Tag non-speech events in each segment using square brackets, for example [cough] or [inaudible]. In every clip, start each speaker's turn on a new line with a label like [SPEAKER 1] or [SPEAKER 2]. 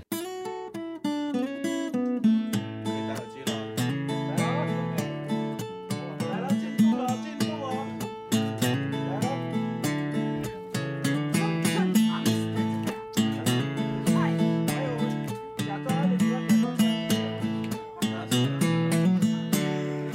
[SPEAKER 1] 可以戴耳机了。来了，OK，来了，进入了，进入了。来了。还有，假装安静，假装安静。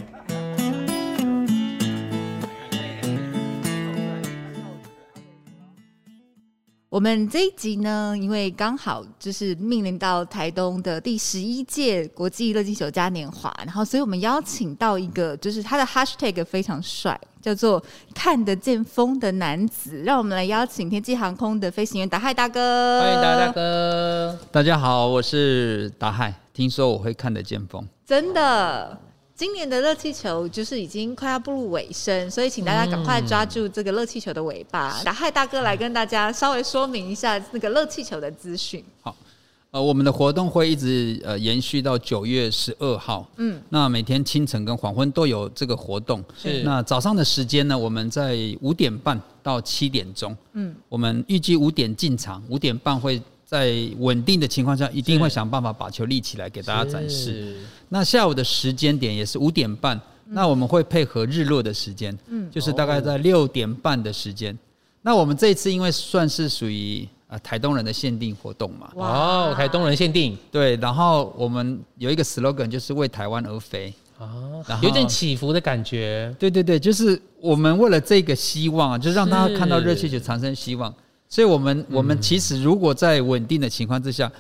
[SPEAKER 2] 我们这一集呢，因为刚好就是面临到台东的第十一届国际乐金球嘉年华，然后所以我们邀请到一个，就是他的 hashtag 非常帅，叫做“看得见风的男子”。让我们来邀请天际航空的飞行员达嗨大哥，
[SPEAKER 3] 欢迎大家大，哥，
[SPEAKER 4] 大家好，我是达海。听说我会看得见风，
[SPEAKER 2] 真的。今年的热气球就是已经快要步入尾声，所以请大家赶快抓住这个热气球的尾巴。达嗨大哥来跟大家稍微说明一下那个热气球的资讯。
[SPEAKER 4] 呃，我们的活动会一直呃延续到九月十二号。
[SPEAKER 2] 嗯，
[SPEAKER 4] 那每天清晨跟黄昏都有这个活动。
[SPEAKER 3] 是
[SPEAKER 4] 那早上的时间呢，我们在五点半到七点钟。
[SPEAKER 2] 嗯，
[SPEAKER 4] 我们预计五点进场，五点半会在稳定的情况下，一定
[SPEAKER 3] 是
[SPEAKER 4] 会想办法把球立起来给大家展示。
[SPEAKER 3] 是。
[SPEAKER 4] 那下午的时间点也是五点半，那我们会配合日落的时间，
[SPEAKER 2] 嗯
[SPEAKER 4] 就是大概在六点半的时间。那我们这一次因为算是属于呃台东人的限定活动嘛，
[SPEAKER 2] 哇
[SPEAKER 3] 哦，台东人限定
[SPEAKER 4] 对，然后我们有一个 slogan 就是为台湾而飞，
[SPEAKER 3] 啊
[SPEAKER 4] 然，后
[SPEAKER 3] 有点起伏的感觉。
[SPEAKER 4] 对对对，就是我们为了这个希望啊，就是让大
[SPEAKER 3] 是
[SPEAKER 4] 家看到热气球产生希望。所以我们我们其实如果在稳定的情况之下，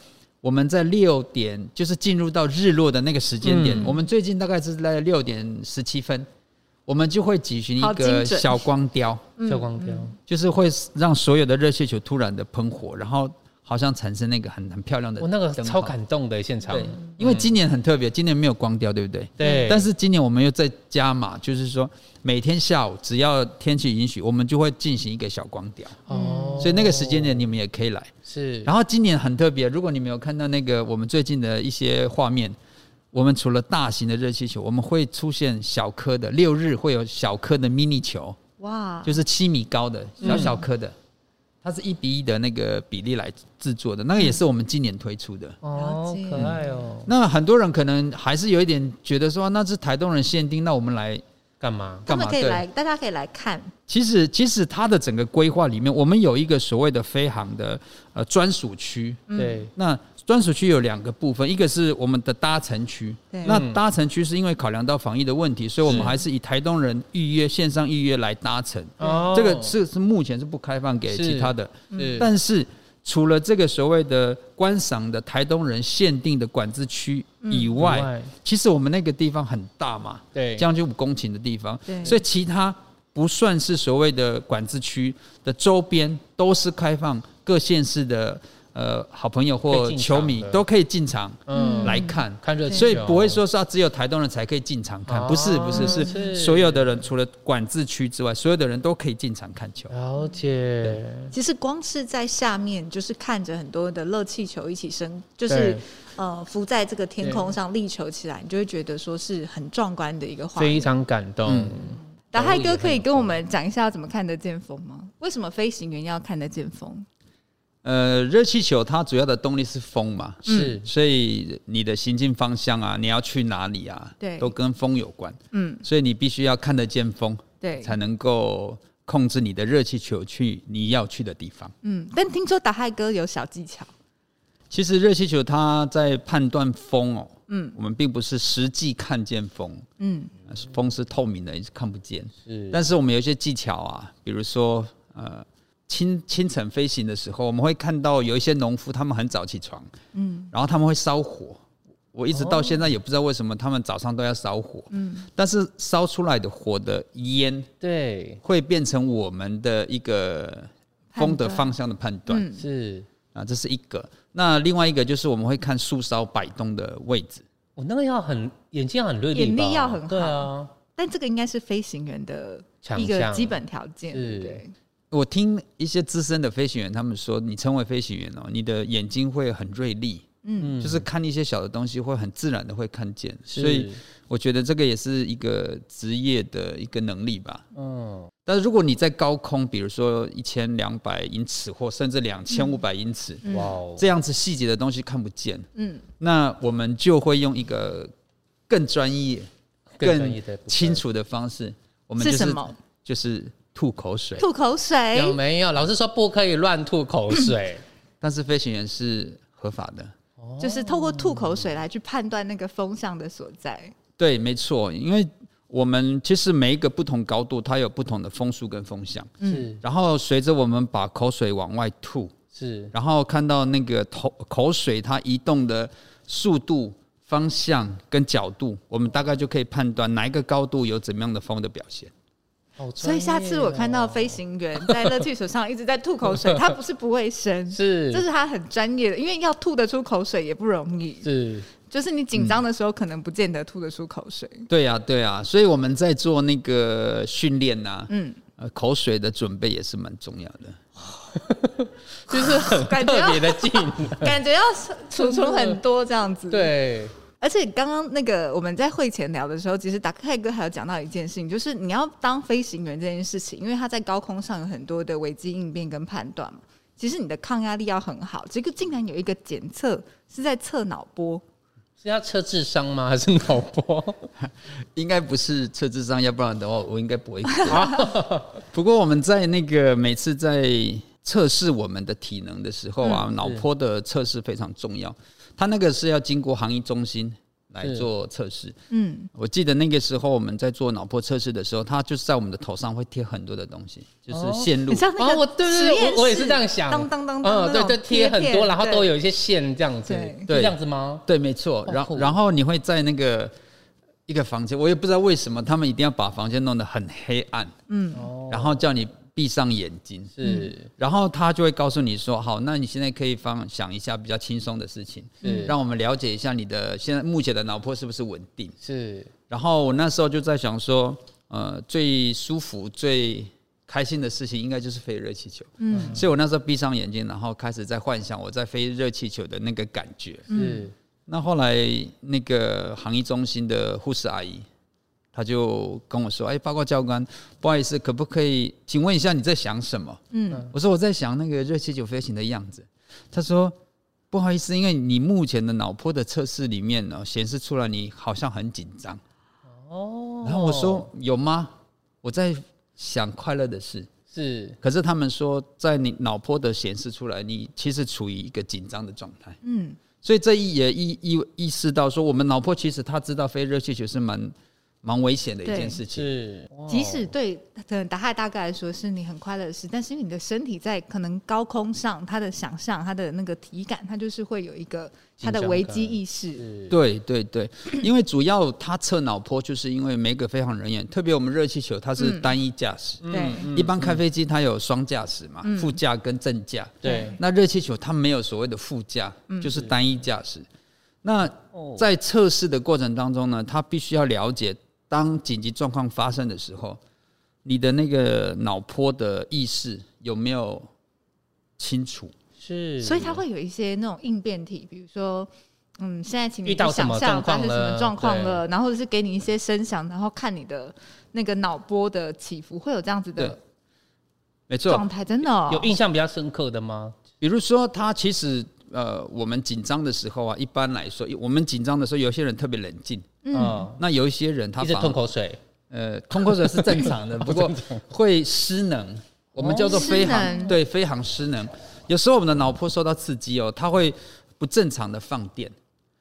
[SPEAKER 4] 我们在六点就是进入到日落的那个时间点，
[SPEAKER 3] 嗯
[SPEAKER 4] 我们最近大概是在六点十七分，我们就会举行
[SPEAKER 2] 好
[SPEAKER 4] 一
[SPEAKER 2] 精
[SPEAKER 4] 个
[SPEAKER 2] 准
[SPEAKER 4] 小光雕，
[SPEAKER 3] 小光雕，
[SPEAKER 4] 就是会让所有的热气球突然的喷火，然后好像产生那个很很漂亮的
[SPEAKER 3] 我那个
[SPEAKER 4] 灯泡
[SPEAKER 3] 超感动嗯的现场
[SPEAKER 4] 对。，因为今年很特别，今年没有光雕，对不对？
[SPEAKER 3] 对，
[SPEAKER 4] 但是今年我们又再加码，就是说每天下午只要天气允许，我们就会进行一个小光雕，
[SPEAKER 3] 哦
[SPEAKER 4] 所以那个时间点你们也可以来。
[SPEAKER 3] 是，
[SPEAKER 4] 然后今年很特别，如果你们有看到那个我们最近的一些画面，我们除了大型的热气球，我们会出现小颗的，六日会有小颗的 mini 球，
[SPEAKER 3] 啊
[SPEAKER 2] 哇，
[SPEAKER 4] 就是七米高的小小颗
[SPEAKER 3] 嗯
[SPEAKER 4] 的，它是一比一的那个比例来制作的，那个也是我们今年推出的。
[SPEAKER 3] 哦
[SPEAKER 2] 了，解
[SPEAKER 3] 可爱哦，
[SPEAKER 4] 那很多人可能还是有一点觉得说，那是台东人限定，那我们来
[SPEAKER 3] 干嘛？
[SPEAKER 2] 他
[SPEAKER 4] 干
[SPEAKER 2] 们
[SPEAKER 4] 嘛？
[SPEAKER 2] 可以
[SPEAKER 4] 对
[SPEAKER 2] 来，大家可以来看，
[SPEAKER 4] 其实，其实它的整个规划里面，我们有一个所谓的飞航的呃专属区。
[SPEAKER 2] 嗯
[SPEAKER 3] 对，
[SPEAKER 4] 那专属区有两个部分，一个是我们的搭乘区
[SPEAKER 2] 对。
[SPEAKER 4] 那搭乘区是因为考量到防疫的问题，所以我们还是以台东人预约线上预约来搭乘。
[SPEAKER 3] 哦
[SPEAKER 4] 这个是是目前是不开放给
[SPEAKER 3] 是
[SPEAKER 4] 其他的，
[SPEAKER 3] 是
[SPEAKER 4] 但是除了这个所谓的观赏的台东人限定的管制区
[SPEAKER 3] 嗯
[SPEAKER 4] 以外，其实我们那个地方很大嘛，
[SPEAKER 3] 对，
[SPEAKER 4] 将近五公顷的地方
[SPEAKER 2] 对，
[SPEAKER 4] 所以其他不算是所谓的管制区的周边，都是开放各县市的呃好朋友
[SPEAKER 3] 可以
[SPEAKER 4] 或
[SPEAKER 3] 进场
[SPEAKER 4] 球迷
[SPEAKER 3] 的
[SPEAKER 4] 都可以进场
[SPEAKER 2] 嗯
[SPEAKER 4] 来看。
[SPEAKER 3] 看热气球，
[SPEAKER 4] 所以不会说是啊只有台东人才可以进场看，
[SPEAKER 3] 哦
[SPEAKER 4] 不是不是，
[SPEAKER 3] 是
[SPEAKER 4] 是所有的人除了管制区之外，所有的人都可以进场看球。
[SPEAKER 3] 了解，
[SPEAKER 2] 其实光是在下面，就是看着很多的热气球一起升，就是
[SPEAKER 3] 对
[SPEAKER 2] 呃浮在这个天空上立球起来，你就会觉得说是很壮观的一个画
[SPEAKER 3] 非
[SPEAKER 2] 面。
[SPEAKER 3] 常感动
[SPEAKER 4] 嗯。
[SPEAKER 2] 达嗨哥可以跟我们讲一下怎么看得见风吗？为什么飞行员要看得见风？
[SPEAKER 4] 呃，热气球它主要的动力是风嘛，
[SPEAKER 2] 嗯
[SPEAKER 3] 是
[SPEAKER 4] 所以你的行进方向啊，你要去哪里啊，
[SPEAKER 2] 对
[SPEAKER 4] 都跟风有关，
[SPEAKER 2] 嗯，
[SPEAKER 4] 所以你必须要看得见风，
[SPEAKER 2] 对，
[SPEAKER 4] 才能够控制你的热气球去你要去的地方。
[SPEAKER 2] 嗯。但听说达嗨哥有小技巧，
[SPEAKER 4] 其实热气球它在判断风哦，
[SPEAKER 2] 嗯
[SPEAKER 4] 我们并不是实际看见风，
[SPEAKER 2] 嗯，
[SPEAKER 4] 呃风是透明的，也是看不见。
[SPEAKER 3] 是
[SPEAKER 4] 但是我们有一些技巧啊，比如说呃，清清晨飞行的时候，我们会看到有一些农夫他们很早起床，嗯，然后他们会烧火。我一直到现在也不知道为什么他们早上都要烧火，嗯，但是烧出来的火的烟
[SPEAKER 3] 对，
[SPEAKER 4] 会变成我们的一个风的方向的判断、
[SPEAKER 2] 嗯
[SPEAKER 3] 是
[SPEAKER 4] 啊，这是一个。那另外一个就是我们会看树梢摆动的位置，
[SPEAKER 3] 我那个要很眼睛要很锐利吧，
[SPEAKER 2] 眼力要很好
[SPEAKER 3] 对啊，
[SPEAKER 2] 但这个应该是飞行员的
[SPEAKER 3] 强
[SPEAKER 2] 一个
[SPEAKER 3] 项
[SPEAKER 2] 基本条件，对
[SPEAKER 3] 是
[SPEAKER 2] 不对。
[SPEAKER 4] 我听一些资深的飞行员他们说，你成为飞行员哦，你的眼睛会很锐利，
[SPEAKER 2] 嗯
[SPEAKER 3] 嗯
[SPEAKER 4] 就是看一些小的东西会很自然的会看见，
[SPEAKER 3] 是
[SPEAKER 4] 所以我觉得这个也是一个职业的一个能力吧。
[SPEAKER 3] 嗯
[SPEAKER 4] 但是如果你在高空，比如说一千两百英尺或甚至两千五百英尺，
[SPEAKER 2] 嗯
[SPEAKER 3] 哇哦，
[SPEAKER 4] 这样子细节的东西看不见，
[SPEAKER 2] 嗯
[SPEAKER 4] 那我们就会用一个更专业、
[SPEAKER 3] 更专业的部分
[SPEAKER 4] 清楚的方式，我们就是
[SPEAKER 2] 什么？
[SPEAKER 4] 就是吐口水。
[SPEAKER 2] 吐口水
[SPEAKER 3] 有没有？老师说不可以乱吐
[SPEAKER 2] [coughs]
[SPEAKER 3] 口水，
[SPEAKER 4] 但是飞行员是合法的。
[SPEAKER 2] 就是透过吐口水来去判断那个风向的所
[SPEAKER 3] 哦
[SPEAKER 2] 在。
[SPEAKER 4] 对，没错，因为我们其实每一个不同高度，它有不同的风速跟风向。
[SPEAKER 3] 是
[SPEAKER 4] 然后随着我们把口水往外吐，
[SPEAKER 3] 是
[SPEAKER 4] 然后看到那个头口水它移动的速度、方向跟角度，我们大概就可以判断哪一个高度有怎么样的风的表现。
[SPEAKER 3] 好专业哦，
[SPEAKER 2] 所以下次我看到飞行员在热气球上一直在吐口水，他不是不卫生，
[SPEAKER 3] 哦 [laughs] 是
[SPEAKER 2] 这是他很专业的，因为要吐得出口水也不容易。
[SPEAKER 3] 是
[SPEAKER 2] 就是你紧张的时候，可能不见得吐得出口水。
[SPEAKER 3] 嗯
[SPEAKER 4] 对呀、对呀、所以我们在做那个训练呐、
[SPEAKER 2] 嗯，
[SPEAKER 4] 呃，口水的准备也是蛮重要的。
[SPEAKER 2] [laughs]
[SPEAKER 3] 就是很
[SPEAKER 2] 感觉
[SPEAKER 3] 特别的近，
[SPEAKER 2] [laughs] 感觉要储存很多这样子。。
[SPEAKER 3] [laughs] 对，
[SPEAKER 2] 而且刚刚那个我们在会前聊的时候，其实达克泰哥还有讲到一件事情，就是你要当飞行员这件事情，因为他在高空上有很多的危机应变跟判断嘛。其实你的抗压力要很好，结果竟然有一个检测是在测脑波，
[SPEAKER 3] 是要测智商吗？还是
[SPEAKER 2] [laughs]
[SPEAKER 3] 脑波？
[SPEAKER 4] 应该不是测智商，要不然的话我应该不会 [laughs] 过。不过我们在那个每次在测试我们的体能的时候啊，
[SPEAKER 2] 嗯
[SPEAKER 4] 脑波的测试非常重要。它那个是要经过航医中心来
[SPEAKER 3] 是
[SPEAKER 4] 做测试。
[SPEAKER 2] 嗯，
[SPEAKER 4] 我记得那个时候我们在做脑波测试的时候，它就是在我们的头上会贴很多的东西，就是线路。
[SPEAKER 2] 很像那
[SPEAKER 3] 哦我
[SPEAKER 2] 个
[SPEAKER 3] 对对
[SPEAKER 2] 实
[SPEAKER 3] 对
[SPEAKER 2] 验室
[SPEAKER 3] 我我也是这样想
[SPEAKER 2] 当当当当，
[SPEAKER 3] 嗯，对，就贴很多，然后都
[SPEAKER 2] 有
[SPEAKER 3] 有一些线这样子，
[SPEAKER 2] 对
[SPEAKER 3] 是
[SPEAKER 4] 对
[SPEAKER 3] 这样子吗？
[SPEAKER 4] 对，没错。
[SPEAKER 3] 哦
[SPEAKER 4] 然
[SPEAKER 3] 酷
[SPEAKER 4] 然后你会在那个一个房间，我也不知道为什么他们一定要把房间弄得很黑暗，
[SPEAKER 3] 哦，
[SPEAKER 4] 然后叫你闭上眼睛。
[SPEAKER 2] 嗯
[SPEAKER 3] 是
[SPEAKER 4] 然后他就会告诉你说：“好，那你现在可以放想一下比较轻松的事情，
[SPEAKER 3] 是
[SPEAKER 4] 让我们了解一下你的现在目前的脑波是不是稳定。
[SPEAKER 3] 是”
[SPEAKER 4] 然后我那时候就在想说，呃，最舒服、最开心的事情应该就是飞热气球。
[SPEAKER 2] 嗯，
[SPEAKER 4] 所以我那时候闭上眼睛，然后开始在幻想我在飞热气球的那个感觉。
[SPEAKER 3] 是
[SPEAKER 4] 那后来那个航医中心的护士阿姨，她就跟我说：“哎，报告教官，不好意思，可不可以请问一下你在想什么？”
[SPEAKER 2] 嗯，
[SPEAKER 4] 我说我在想那个热气球飞行的样子。她说：“不好意思，因为你目前的脑波的测试里面呢、显示出来你好像很紧张。”
[SPEAKER 3] 哦
[SPEAKER 4] 然后我说：“有吗？我在想快乐的事。”
[SPEAKER 3] 是
[SPEAKER 4] 可是他们说，在你脑波的显示出来，你其实处于一个紧张的状态。
[SPEAKER 2] 嗯，
[SPEAKER 4] 所以这一也意意意识到说，我们脑波其实他知道飞热气球是蛮蛮危险的一件事情。
[SPEAKER 3] 是，哇
[SPEAKER 2] 即使对可能打害大概来说是你很快乐的事，但是因为你的身体在可能高空上，它的想象、它的那个体感，它就是会有一个它的危机意识。
[SPEAKER 3] 是
[SPEAKER 4] 对对对，因为主要他测脑波，就是因为每个飞行人员，特别我们热气球它是单一驾驶，
[SPEAKER 2] 对，
[SPEAKER 4] 一般开飞机它有双驾驶嘛，副驾跟正驾。
[SPEAKER 3] 对
[SPEAKER 4] 那热气球它没有所谓的副驾，就是单一驾驶。那
[SPEAKER 3] 哦
[SPEAKER 4] 在测试的过程当中呢，他必须要了解，当紧急状况发生的时候，你的那个脑波的意识有没有清楚？
[SPEAKER 3] 是，
[SPEAKER 2] 所以它会有一些那种应变体，比如说，嗯，现在请你
[SPEAKER 3] 遇到
[SPEAKER 2] 去
[SPEAKER 3] 什么
[SPEAKER 2] 想象
[SPEAKER 3] 状
[SPEAKER 2] 发
[SPEAKER 3] 况
[SPEAKER 2] 生什么
[SPEAKER 3] 了
[SPEAKER 2] 状况
[SPEAKER 3] 对
[SPEAKER 2] 了，然后或者是给你一些声响，然后看你的那个脑波的起伏，会有这样子的
[SPEAKER 4] 对没错
[SPEAKER 2] 状，态，真的、哦、
[SPEAKER 3] 有印象比较深刻的吗？
[SPEAKER 4] 比如说他其实呃，我们紧张的时候啊，一般来说，我们紧张的时候，有些人特别冷静，
[SPEAKER 3] 嗯，
[SPEAKER 4] 那有一些人他
[SPEAKER 3] 一直
[SPEAKER 4] 反
[SPEAKER 3] 吞
[SPEAKER 4] 而
[SPEAKER 3] 口水，
[SPEAKER 4] 呃，通过者是正常 [laughs] 的，不过会失能，我们叫做飞
[SPEAKER 2] 哦失
[SPEAKER 4] 行，
[SPEAKER 2] 能
[SPEAKER 4] 对，飞行失能。有时候我们的脑波受到刺激哦，它会不正常的放电。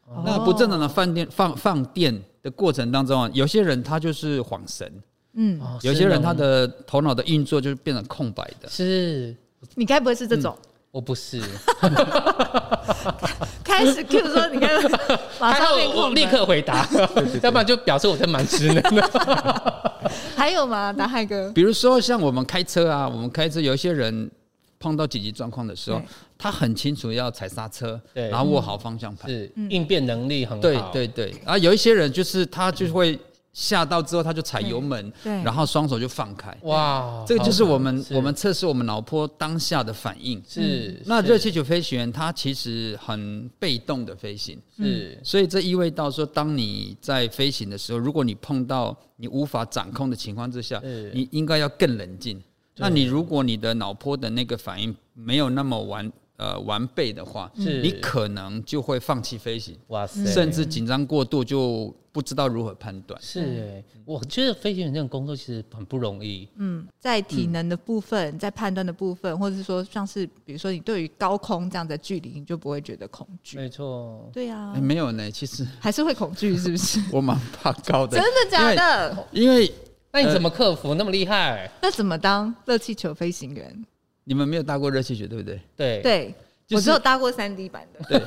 [SPEAKER 3] 哦
[SPEAKER 2] 哦
[SPEAKER 4] 那不正常的放电放放电的过程当中啊，有些人他就是恍神，
[SPEAKER 2] 嗯，
[SPEAKER 3] 哦
[SPEAKER 4] 有些人他的头脑的运作就是变成空白的。
[SPEAKER 3] 是
[SPEAKER 2] 你该不会是这种？
[SPEAKER 3] 我不是，
[SPEAKER 2] 开
[SPEAKER 3] [laughs]
[SPEAKER 2] 始 Q 说你该不会马
[SPEAKER 3] 还
[SPEAKER 2] 上
[SPEAKER 3] 好
[SPEAKER 2] 变
[SPEAKER 3] 我
[SPEAKER 2] 空
[SPEAKER 3] 立
[SPEAKER 2] 白
[SPEAKER 3] 刻回
[SPEAKER 4] [laughs]
[SPEAKER 3] 答，要不然就表示我真蛮直男的。
[SPEAKER 2] 还有吗？达海
[SPEAKER 3] 嗯
[SPEAKER 2] 哥，
[SPEAKER 4] 比如说像我们开车啊，我们开车有一些人碰到紧急状况的时候
[SPEAKER 2] 对，
[SPEAKER 4] 他很清楚要踩刹车，
[SPEAKER 3] 对嗯
[SPEAKER 4] 然后握好方向盘。
[SPEAKER 3] 是应变能力很好，
[SPEAKER 4] 对对对，啊，有一些人就是他就会下到之后，他就踩油门，
[SPEAKER 2] 对对
[SPEAKER 4] 然后双手就放开。
[SPEAKER 3] 哇，
[SPEAKER 4] 这个就是我们
[SPEAKER 3] 哦好
[SPEAKER 4] 我们测试我们脑波当下的反应。
[SPEAKER 3] 是
[SPEAKER 4] 那
[SPEAKER 3] 是
[SPEAKER 4] 热气球飞行员他其实很被动的飞行，
[SPEAKER 3] 是
[SPEAKER 4] 所以这意味到说，当你在飞行的时候，如果你碰到你无法掌控的情况之下
[SPEAKER 3] 是，
[SPEAKER 4] 你应该要更冷静。那你如果你的脑波的那个反应没有那么完呃完备的话，
[SPEAKER 3] 是
[SPEAKER 4] 你可能就会放弃飞行，
[SPEAKER 3] 哇塞，
[SPEAKER 4] 甚至紧张过度就不知道如何判断。
[SPEAKER 3] 是哎，我觉得飞行员这种工作其实很不容易，
[SPEAKER 2] 嗯，在体能的部分，在判断的部分，或者是说像是比如说你对于高空这样的距离，你就不会觉得恐惧。
[SPEAKER 3] 没错，
[SPEAKER 2] 对啊
[SPEAKER 4] 哎，没有呢，其实
[SPEAKER 2] 还是会恐惧，是不是？
[SPEAKER 4] 我蛮怕高的
[SPEAKER 2] 真，的假的？
[SPEAKER 4] 因为
[SPEAKER 3] 那你怎么克服那么厉害？
[SPEAKER 2] [laughs] 那怎么当热气球飞行员？
[SPEAKER 4] 你们没有搭过热气球，对不对？
[SPEAKER 3] 对，
[SPEAKER 2] 对、
[SPEAKER 4] 就是
[SPEAKER 2] 我只有搭过三 D 版的，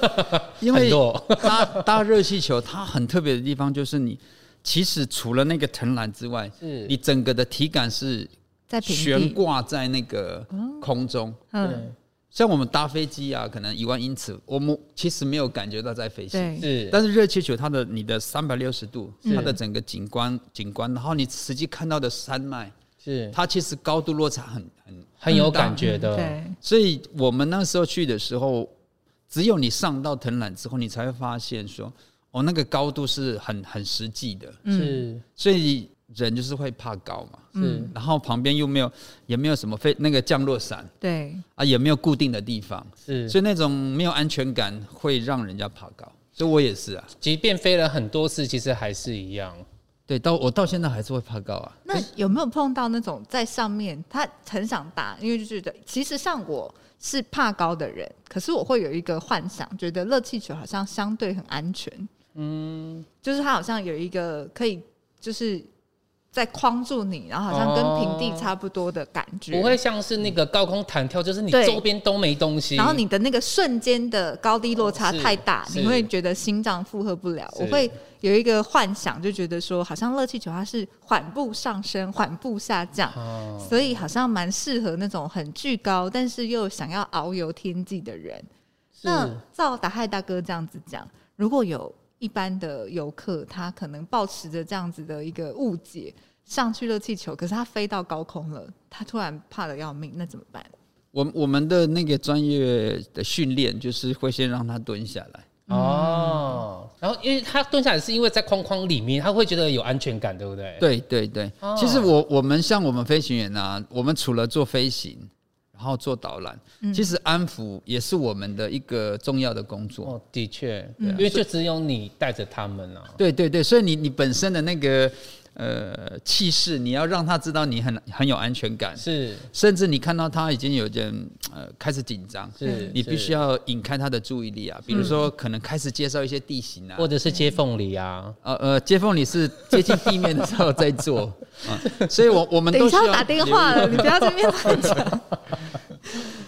[SPEAKER 4] 因为
[SPEAKER 3] 很弱
[SPEAKER 4] [laughs] 搭搭热气球，它很特别的地方就是你其实除了那个藤篮之外，
[SPEAKER 3] 是
[SPEAKER 4] 你整个的体感是
[SPEAKER 2] 在平
[SPEAKER 4] 悬
[SPEAKER 2] 地。哦
[SPEAKER 4] 挂在那个空中。
[SPEAKER 2] 嗯，
[SPEAKER 4] 像我们搭飞机啊，可能一万英尺，我们其实没有感觉到在飞行。
[SPEAKER 2] 对，
[SPEAKER 3] 是，
[SPEAKER 4] 但是热气球，它的你的三百六十度，
[SPEAKER 3] 是
[SPEAKER 4] 它的整个景观景观，然后你实际看到的山脉，
[SPEAKER 3] 是
[SPEAKER 4] 它其实高度落差很很
[SPEAKER 3] 很有
[SPEAKER 4] 很大
[SPEAKER 3] 感觉
[SPEAKER 4] 嗯
[SPEAKER 3] 的，
[SPEAKER 2] 嗯对，
[SPEAKER 4] 所以我们那时候去的时候，只有你上到藤缆之后，你才会发现说，哦，那个高度是很很实际的。
[SPEAKER 3] 是
[SPEAKER 4] 所以人就是会怕高嘛，
[SPEAKER 2] 嗯
[SPEAKER 3] 是
[SPEAKER 4] 然后旁边又没有也没有什么飞那个降落伞
[SPEAKER 2] 对，
[SPEAKER 4] 啊，也没有固定的地方，
[SPEAKER 3] 是，
[SPEAKER 4] 所以那种没有安全感会让人家怕高。所以我也是啊，
[SPEAKER 3] 即便飞了很多次，其实还是一样。
[SPEAKER 4] 对，到我到现在还是会怕高啊。
[SPEAKER 2] 那有没有碰到那种在上面他很想打，因为就觉得其实像我是怕高的人，可是我会有一个幻想，觉得热气球好像相对很安全。嗯，就是它好像有一个可以就是在框住你，然后好像跟平地差不多的感觉。
[SPEAKER 3] 不哦会像是那个高空弹跳，就是你
[SPEAKER 2] 对
[SPEAKER 3] 周边都没东西，
[SPEAKER 2] 然后你的那个瞬间的高低落差
[SPEAKER 3] 哦是
[SPEAKER 2] 太大，
[SPEAKER 3] 是
[SPEAKER 2] 你会觉得心脏负荷不了。
[SPEAKER 3] 是
[SPEAKER 2] 我会有一个幻想，就觉得说，好像热气球它是缓步上升、缓步下降，
[SPEAKER 3] 哦，
[SPEAKER 2] 所以好像蛮适合那种很巨高，但是又想要遨游天际的人。
[SPEAKER 3] 是
[SPEAKER 2] 那照达亥大哥这样子讲，如果有一般的游客，他可能抱持着这样子的一个误解，上去热气球，可是他飞到高空了，他突然怕的要命，那怎么办？
[SPEAKER 4] 我我们的那个专业的训练就是会先让他蹲下来，
[SPEAKER 3] 哦。然后因为他蹲下来是因为在框框里面，他会觉得有安全感，对不对？
[SPEAKER 4] 对对对，
[SPEAKER 3] 哦
[SPEAKER 4] 其实我我们像我们飞行员啊，我们除了做飞行，然后做导览，其实安抚也是我们的一个重要的工作。
[SPEAKER 3] 哦，的确，
[SPEAKER 2] 嗯
[SPEAKER 3] 因为就只有你带着他们啊。
[SPEAKER 4] 对对对，所以你你本身的那个呃气势，你要让他知道你很很有安全感，
[SPEAKER 3] 是
[SPEAKER 4] 甚至你看到他已经有点呃开始紧张，
[SPEAKER 3] 是，
[SPEAKER 4] 你必须
[SPEAKER 3] 要，
[SPEAKER 4] 要引开他的注意力啊，比如说可能开始介绍一些地形啊，
[SPEAKER 3] 或者是接缝里啊，
[SPEAKER 4] 呃呃，接缝你是接近地面的时候再做，啊，所以我我们
[SPEAKER 2] 等
[SPEAKER 4] 都
[SPEAKER 2] 一
[SPEAKER 4] 需
[SPEAKER 2] 下
[SPEAKER 4] 要
[SPEAKER 2] 要打电话了，你不要这边乱讲。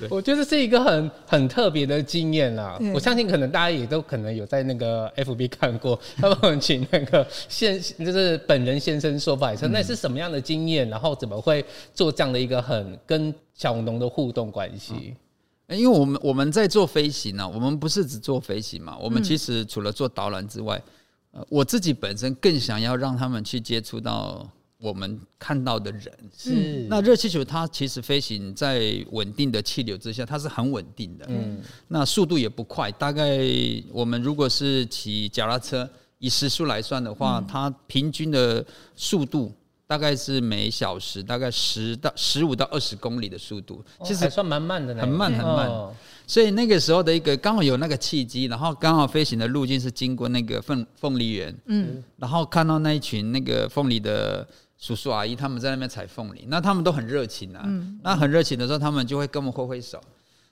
[SPEAKER 3] 我觉得是一个很很特别的经验啦
[SPEAKER 2] 对。
[SPEAKER 3] 我相信可能大家也都可能有在那个 FB 看过， [laughs] 他们请那个现就是本人先生说法，也
[SPEAKER 4] 嗯
[SPEAKER 3] 是那是什么样的经验，然后怎么会做这样的一个很跟小农的互动关
[SPEAKER 4] 哦嗯
[SPEAKER 3] 系？
[SPEAKER 4] 因为我们我们在做飞行呢、啊我们不是只做飞行嘛，我们其实除了做导览之外，呃，我自己本身更想要让他们去接触到我们看到的人。
[SPEAKER 3] 是
[SPEAKER 4] 那热气球它其实飞行在稳定的气流之下，它是很稳定的，嗯，那速度也不快，大概我们如果是骑脚踏车，以时速来算的话，它平均的速度。大概是每小时大概十到十五到二十公里的速度，
[SPEAKER 3] 其
[SPEAKER 4] 其
[SPEAKER 3] 实哦
[SPEAKER 4] 实
[SPEAKER 3] 还算蛮慢的呢，
[SPEAKER 4] 很慢很慢
[SPEAKER 3] 哦
[SPEAKER 4] 所以那个时候的一个刚好有那个契机，然后刚好飞行的路径是经过那个凤凤梨园，
[SPEAKER 2] 嗯，
[SPEAKER 4] 然后看到那一群那个凤梨的叔叔阿姨他们在那边采凤梨，那他们都很热情啊，那很热情的时候，他们就会跟我们挥挥手。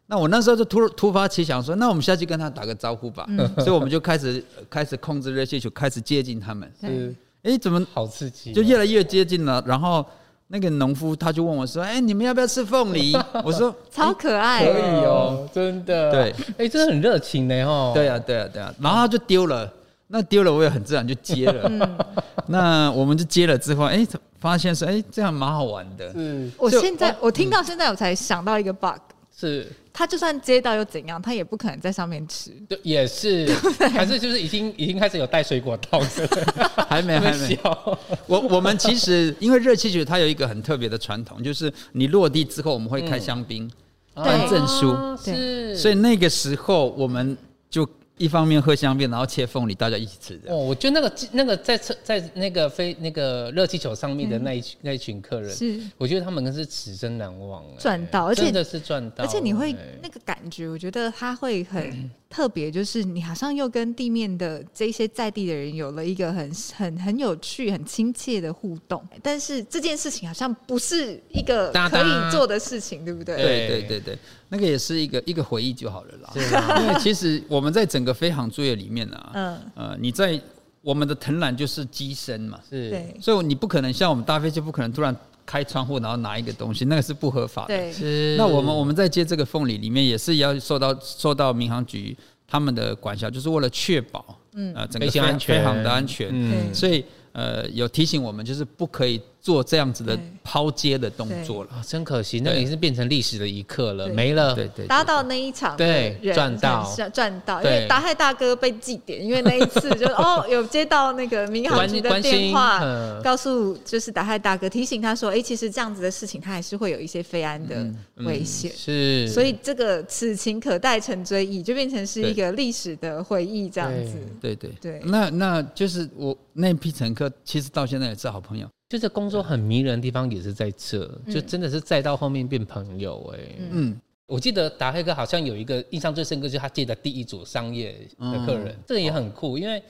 [SPEAKER 4] 那我那时候就突突发奇想说，那我们下去跟他打个招呼吧，所以我们就开始呃开始控制热气球，开始接近他们。
[SPEAKER 3] 是
[SPEAKER 4] 诶，怎么
[SPEAKER 3] 好刺激哦，
[SPEAKER 4] 就越来越接近了？然后那个农夫他就问我说：“诶，你们要不要吃凤梨？”我说
[SPEAKER 2] 超可爱，
[SPEAKER 3] 可以哦，真的，
[SPEAKER 4] 对，
[SPEAKER 3] 哎，真的很热情呢，哦，
[SPEAKER 4] 对啊，对啊，对啊，然后他就丢了，那丢了我也很自然就接了。那我们就接了之后，哎，发现
[SPEAKER 3] 嗯
[SPEAKER 4] 说，哎，这样蛮好玩的。
[SPEAKER 3] 是
[SPEAKER 2] 我现在我听到现在我才想到一个 bug，
[SPEAKER 3] 是
[SPEAKER 2] 他就算接到又怎样，他也不可能在上面吃。
[SPEAKER 3] 对，也
[SPEAKER 4] [laughs]
[SPEAKER 3] 是，还是就是已经已经开始有带水果到的，
[SPEAKER 4] 还没还没。
[SPEAKER 3] 笑。
[SPEAKER 4] 我我们其实因为热气球它有一个很特别的传统，就是你落地之后我们会开香槟、
[SPEAKER 2] 对
[SPEAKER 4] 颁啊证书，
[SPEAKER 2] 对
[SPEAKER 3] 哦是，
[SPEAKER 4] 所以那个时候我们就一方面喝香槟，然后切凤梨，大家一起吃
[SPEAKER 3] 哦，
[SPEAKER 4] 的。
[SPEAKER 3] 我觉得那个那个在车在那个飞那个热气球上面的那一群、那一群客人，
[SPEAKER 2] 嗯是
[SPEAKER 3] 我觉得他们是此生难忘、哎
[SPEAKER 2] 赚到而且
[SPEAKER 3] 真的是赚到，
[SPEAKER 2] 而且你会
[SPEAKER 3] 哎
[SPEAKER 2] 那个感觉，我觉得它会很特别，就是你好像又跟地面的这些在地的人有了一个很很很有趣、很亲切的互动。但是这件事情好像不是一个
[SPEAKER 3] 哒哒
[SPEAKER 2] 可以做的事情，对不对？
[SPEAKER 4] 对对
[SPEAKER 3] 对
[SPEAKER 4] 对对，那个也是一个一个回忆就好了啦。
[SPEAKER 3] 对啊
[SPEAKER 4] 因为其实我们在整个飞航作业里面呢、啊，
[SPEAKER 2] 嗯，
[SPEAKER 4] 呃，你在我们的藤篮就是机身嘛，
[SPEAKER 3] 是
[SPEAKER 2] 对
[SPEAKER 4] 所以你不可能像我们搭飞机，不可能突然开窗户然后拿一个东西，那个是不合法的。
[SPEAKER 2] 对，
[SPEAKER 3] 是
[SPEAKER 4] 那我们我们在接这个凤梨里面也是要受到受到民航局他们的管辖，就是为了确保嗯呃整个
[SPEAKER 3] 飞行安全
[SPEAKER 4] 飞航的安全，
[SPEAKER 2] 嗯
[SPEAKER 4] 所以呃有提醒我们就是不可以做这样子的
[SPEAKER 2] 对
[SPEAKER 4] 抛接的动作了。
[SPEAKER 3] 啊，真可惜，那个
[SPEAKER 4] 对
[SPEAKER 3] 已经变成历史的一刻了，
[SPEAKER 2] 对
[SPEAKER 3] 没了。
[SPEAKER 4] 对对，
[SPEAKER 2] 搭
[SPEAKER 4] 对
[SPEAKER 2] 到那一场的
[SPEAKER 3] 对
[SPEAKER 2] 人
[SPEAKER 3] 赚到
[SPEAKER 2] 很赚到，因
[SPEAKER 3] 对
[SPEAKER 2] 为达泰大哥被祭奠，因为那一次
[SPEAKER 3] [laughs]
[SPEAKER 2] 就哦有接到那个民航局的
[SPEAKER 3] 关关心
[SPEAKER 2] 电话
[SPEAKER 3] 嗯，
[SPEAKER 2] 告诉就是达泰大哥提醒他说，哎、其实这样子的事情，他还是会有一些非安的危险。
[SPEAKER 3] 嗯是，
[SPEAKER 2] 所以这个此情可待成追忆，就变成是一个历史的回忆这样子。
[SPEAKER 4] 对对
[SPEAKER 2] 对
[SPEAKER 4] 那那就是我那批乘客，其实到现在也是好朋友。
[SPEAKER 3] 就是工作很迷人的地方也是在这，就
[SPEAKER 2] 嗯
[SPEAKER 3] 真的是再到后面变朋友哎、
[SPEAKER 4] 嗯，
[SPEAKER 3] 我记得达黑哥好像有一个印象最深刻，就是他接的第一组商业
[SPEAKER 4] 嗯
[SPEAKER 3] 的客人，这个也
[SPEAKER 4] 哦
[SPEAKER 3] 很酷，因为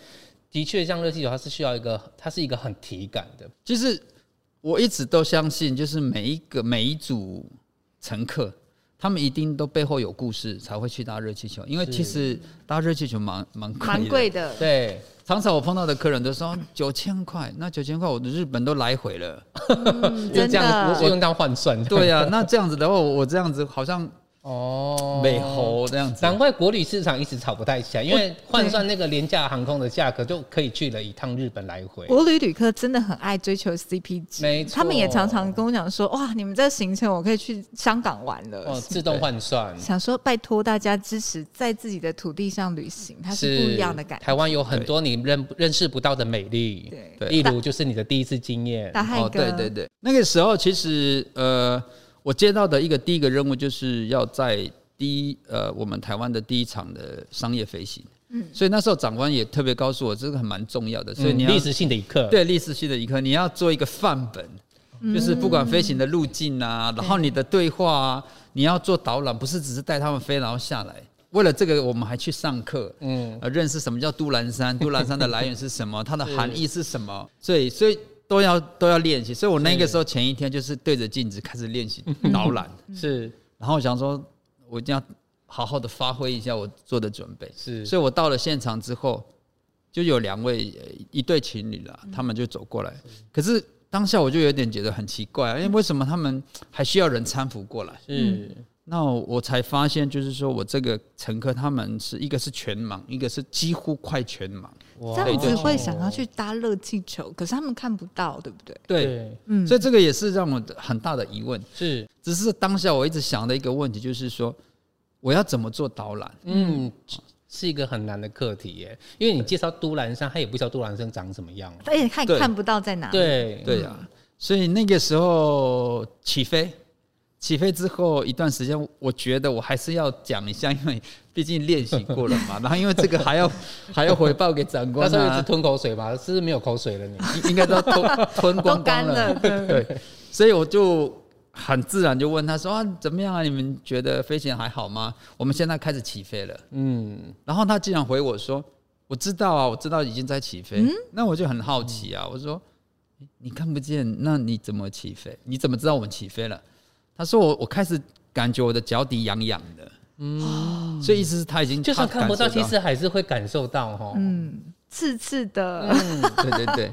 [SPEAKER 3] 的确像热气球，它是需要一个，它是一个很体感的，
[SPEAKER 4] 就是我一直都相信，就是每一个每一组乘客，他们一定都背后有故事才会去搭热气球，因为
[SPEAKER 3] 是
[SPEAKER 4] 其实搭热气球蛮蛮贵的。
[SPEAKER 2] 蛮贵的，
[SPEAKER 3] 对，
[SPEAKER 4] 常常我碰到的客人都说九千块，那九千块我的日本都来回了。
[SPEAKER 2] 嗯
[SPEAKER 3] 就
[SPEAKER 2] 真
[SPEAKER 3] 这样，
[SPEAKER 2] 的
[SPEAKER 3] 我我。用这样换算的，
[SPEAKER 4] 对啊，那这样子的话，我我这样子好像
[SPEAKER 3] 哦
[SPEAKER 4] 美猴这样子。
[SPEAKER 3] 难怪国旅市场一直吵不太起来，因为换算那个廉价航空的价格，就可以去了一趟日本来回。
[SPEAKER 2] 国旅旅客真的很爱追求 CP
[SPEAKER 3] 没
[SPEAKER 2] 值，
[SPEAKER 3] 错
[SPEAKER 2] 他们也常常跟我讲说：“哇，你们这行程我可以去香港玩了。
[SPEAKER 3] 哦，自动换算
[SPEAKER 2] 想说拜托大家支持在自己的土地上旅行，它是不一样的感觉。
[SPEAKER 3] 台湾有很多你认认识不到的美丽，
[SPEAKER 2] 对
[SPEAKER 4] 对
[SPEAKER 3] 例如就是你的第一次经验，
[SPEAKER 2] 大汉
[SPEAKER 4] 哦，
[SPEAKER 2] 哥，
[SPEAKER 4] 对对对，那个时候其实呃，我接到的一个第一个任务就是要在第一呃我们台湾的第一场的商业飞行。嗯，所以那时候长官也特别告诉我，这个很蛮重要的，所以
[SPEAKER 3] 嗯
[SPEAKER 4] 你要、
[SPEAKER 3] 历史性的一刻，
[SPEAKER 4] 对历史系的一课，你要做一个范本，就是不管飞行的路径啊，然后你的对话啊，你要做导览，不是只是带他们飞然后下来。为了这个，我们还去上课，
[SPEAKER 3] 嗯
[SPEAKER 4] 嗯，认识什么叫都兰山，都兰山的来源是什么，它的含义是什么，所以所以都要都要练习。所以我那个时候前一天就是对着镜子开始练习导 [laughs] 览，
[SPEAKER 3] 是
[SPEAKER 4] 然后我想说我一定要好好的发挥一下我做的准备，
[SPEAKER 3] 是
[SPEAKER 4] 所以我到了现场之后，就有两位呃一对情侣啦，他们就走过来。可是当下我就有点觉得很奇怪、啊，因为为什么他们还需要人搀扶过来？
[SPEAKER 3] 是
[SPEAKER 2] 嗯
[SPEAKER 4] 那我才发现，就是说我这个乘客他们是一个是全盲，一个是几乎快全盲。
[SPEAKER 3] 哇
[SPEAKER 2] 这样子
[SPEAKER 4] 对
[SPEAKER 2] 会想要去搭热气球，可是他们看不到，对不对？
[SPEAKER 4] 对，
[SPEAKER 3] 对
[SPEAKER 2] 嗯，
[SPEAKER 4] 所以这个也是让我很大的疑问。
[SPEAKER 3] 是
[SPEAKER 4] 只是当下我一直想的一个问题就是说，我要怎么做导览？
[SPEAKER 3] 嗯。是一个很难的课题耶，因为你介绍都兰山，他也不知道都兰山长什么样。
[SPEAKER 2] 而且看
[SPEAKER 4] 对
[SPEAKER 2] 看不到在哪里。嗯
[SPEAKER 3] 对
[SPEAKER 4] 对啊呀、所以那个时候起飞，起飞之后一段时间，我觉得我还是要讲一下，因为毕竟练习过了
[SPEAKER 3] [laughs]
[SPEAKER 4] 嘛。然后因为这个还要还要回报给长
[SPEAKER 3] 那
[SPEAKER 4] 官
[SPEAKER 3] 时候一直
[SPEAKER 4] 啊，
[SPEAKER 3] 吞口水吧，是不是没有口水了你？
[SPEAKER 4] 应应该都吞吞光
[SPEAKER 2] 都干
[SPEAKER 4] 光了。
[SPEAKER 3] [laughs]
[SPEAKER 2] 了
[SPEAKER 4] [laughs]
[SPEAKER 2] 对
[SPEAKER 4] 对，所以我就很自然就问他说啊，怎么样啊？你们觉得飞行还好吗？我们现在开始起飞了。
[SPEAKER 3] 嗯，
[SPEAKER 4] 然后他竟然回我说：“我知道啊，我知道已经在起飞。
[SPEAKER 3] 嗯
[SPEAKER 4] 那我就很好奇
[SPEAKER 3] 哦
[SPEAKER 4] 啊，我说：“诶你看不见，那你怎么起飞？你怎么知道我们起飞了？”他说我：“我开始感觉我的脚底痒痒的。”嗯，所以意思是他已经
[SPEAKER 3] 就算
[SPEAKER 4] 他
[SPEAKER 3] 看不到，
[SPEAKER 4] 感受
[SPEAKER 3] 其实还是会感受到哈。
[SPEAKER 2] 嗯，刺刺的，
[SPEAKER 4] 对 [laughs] 对对。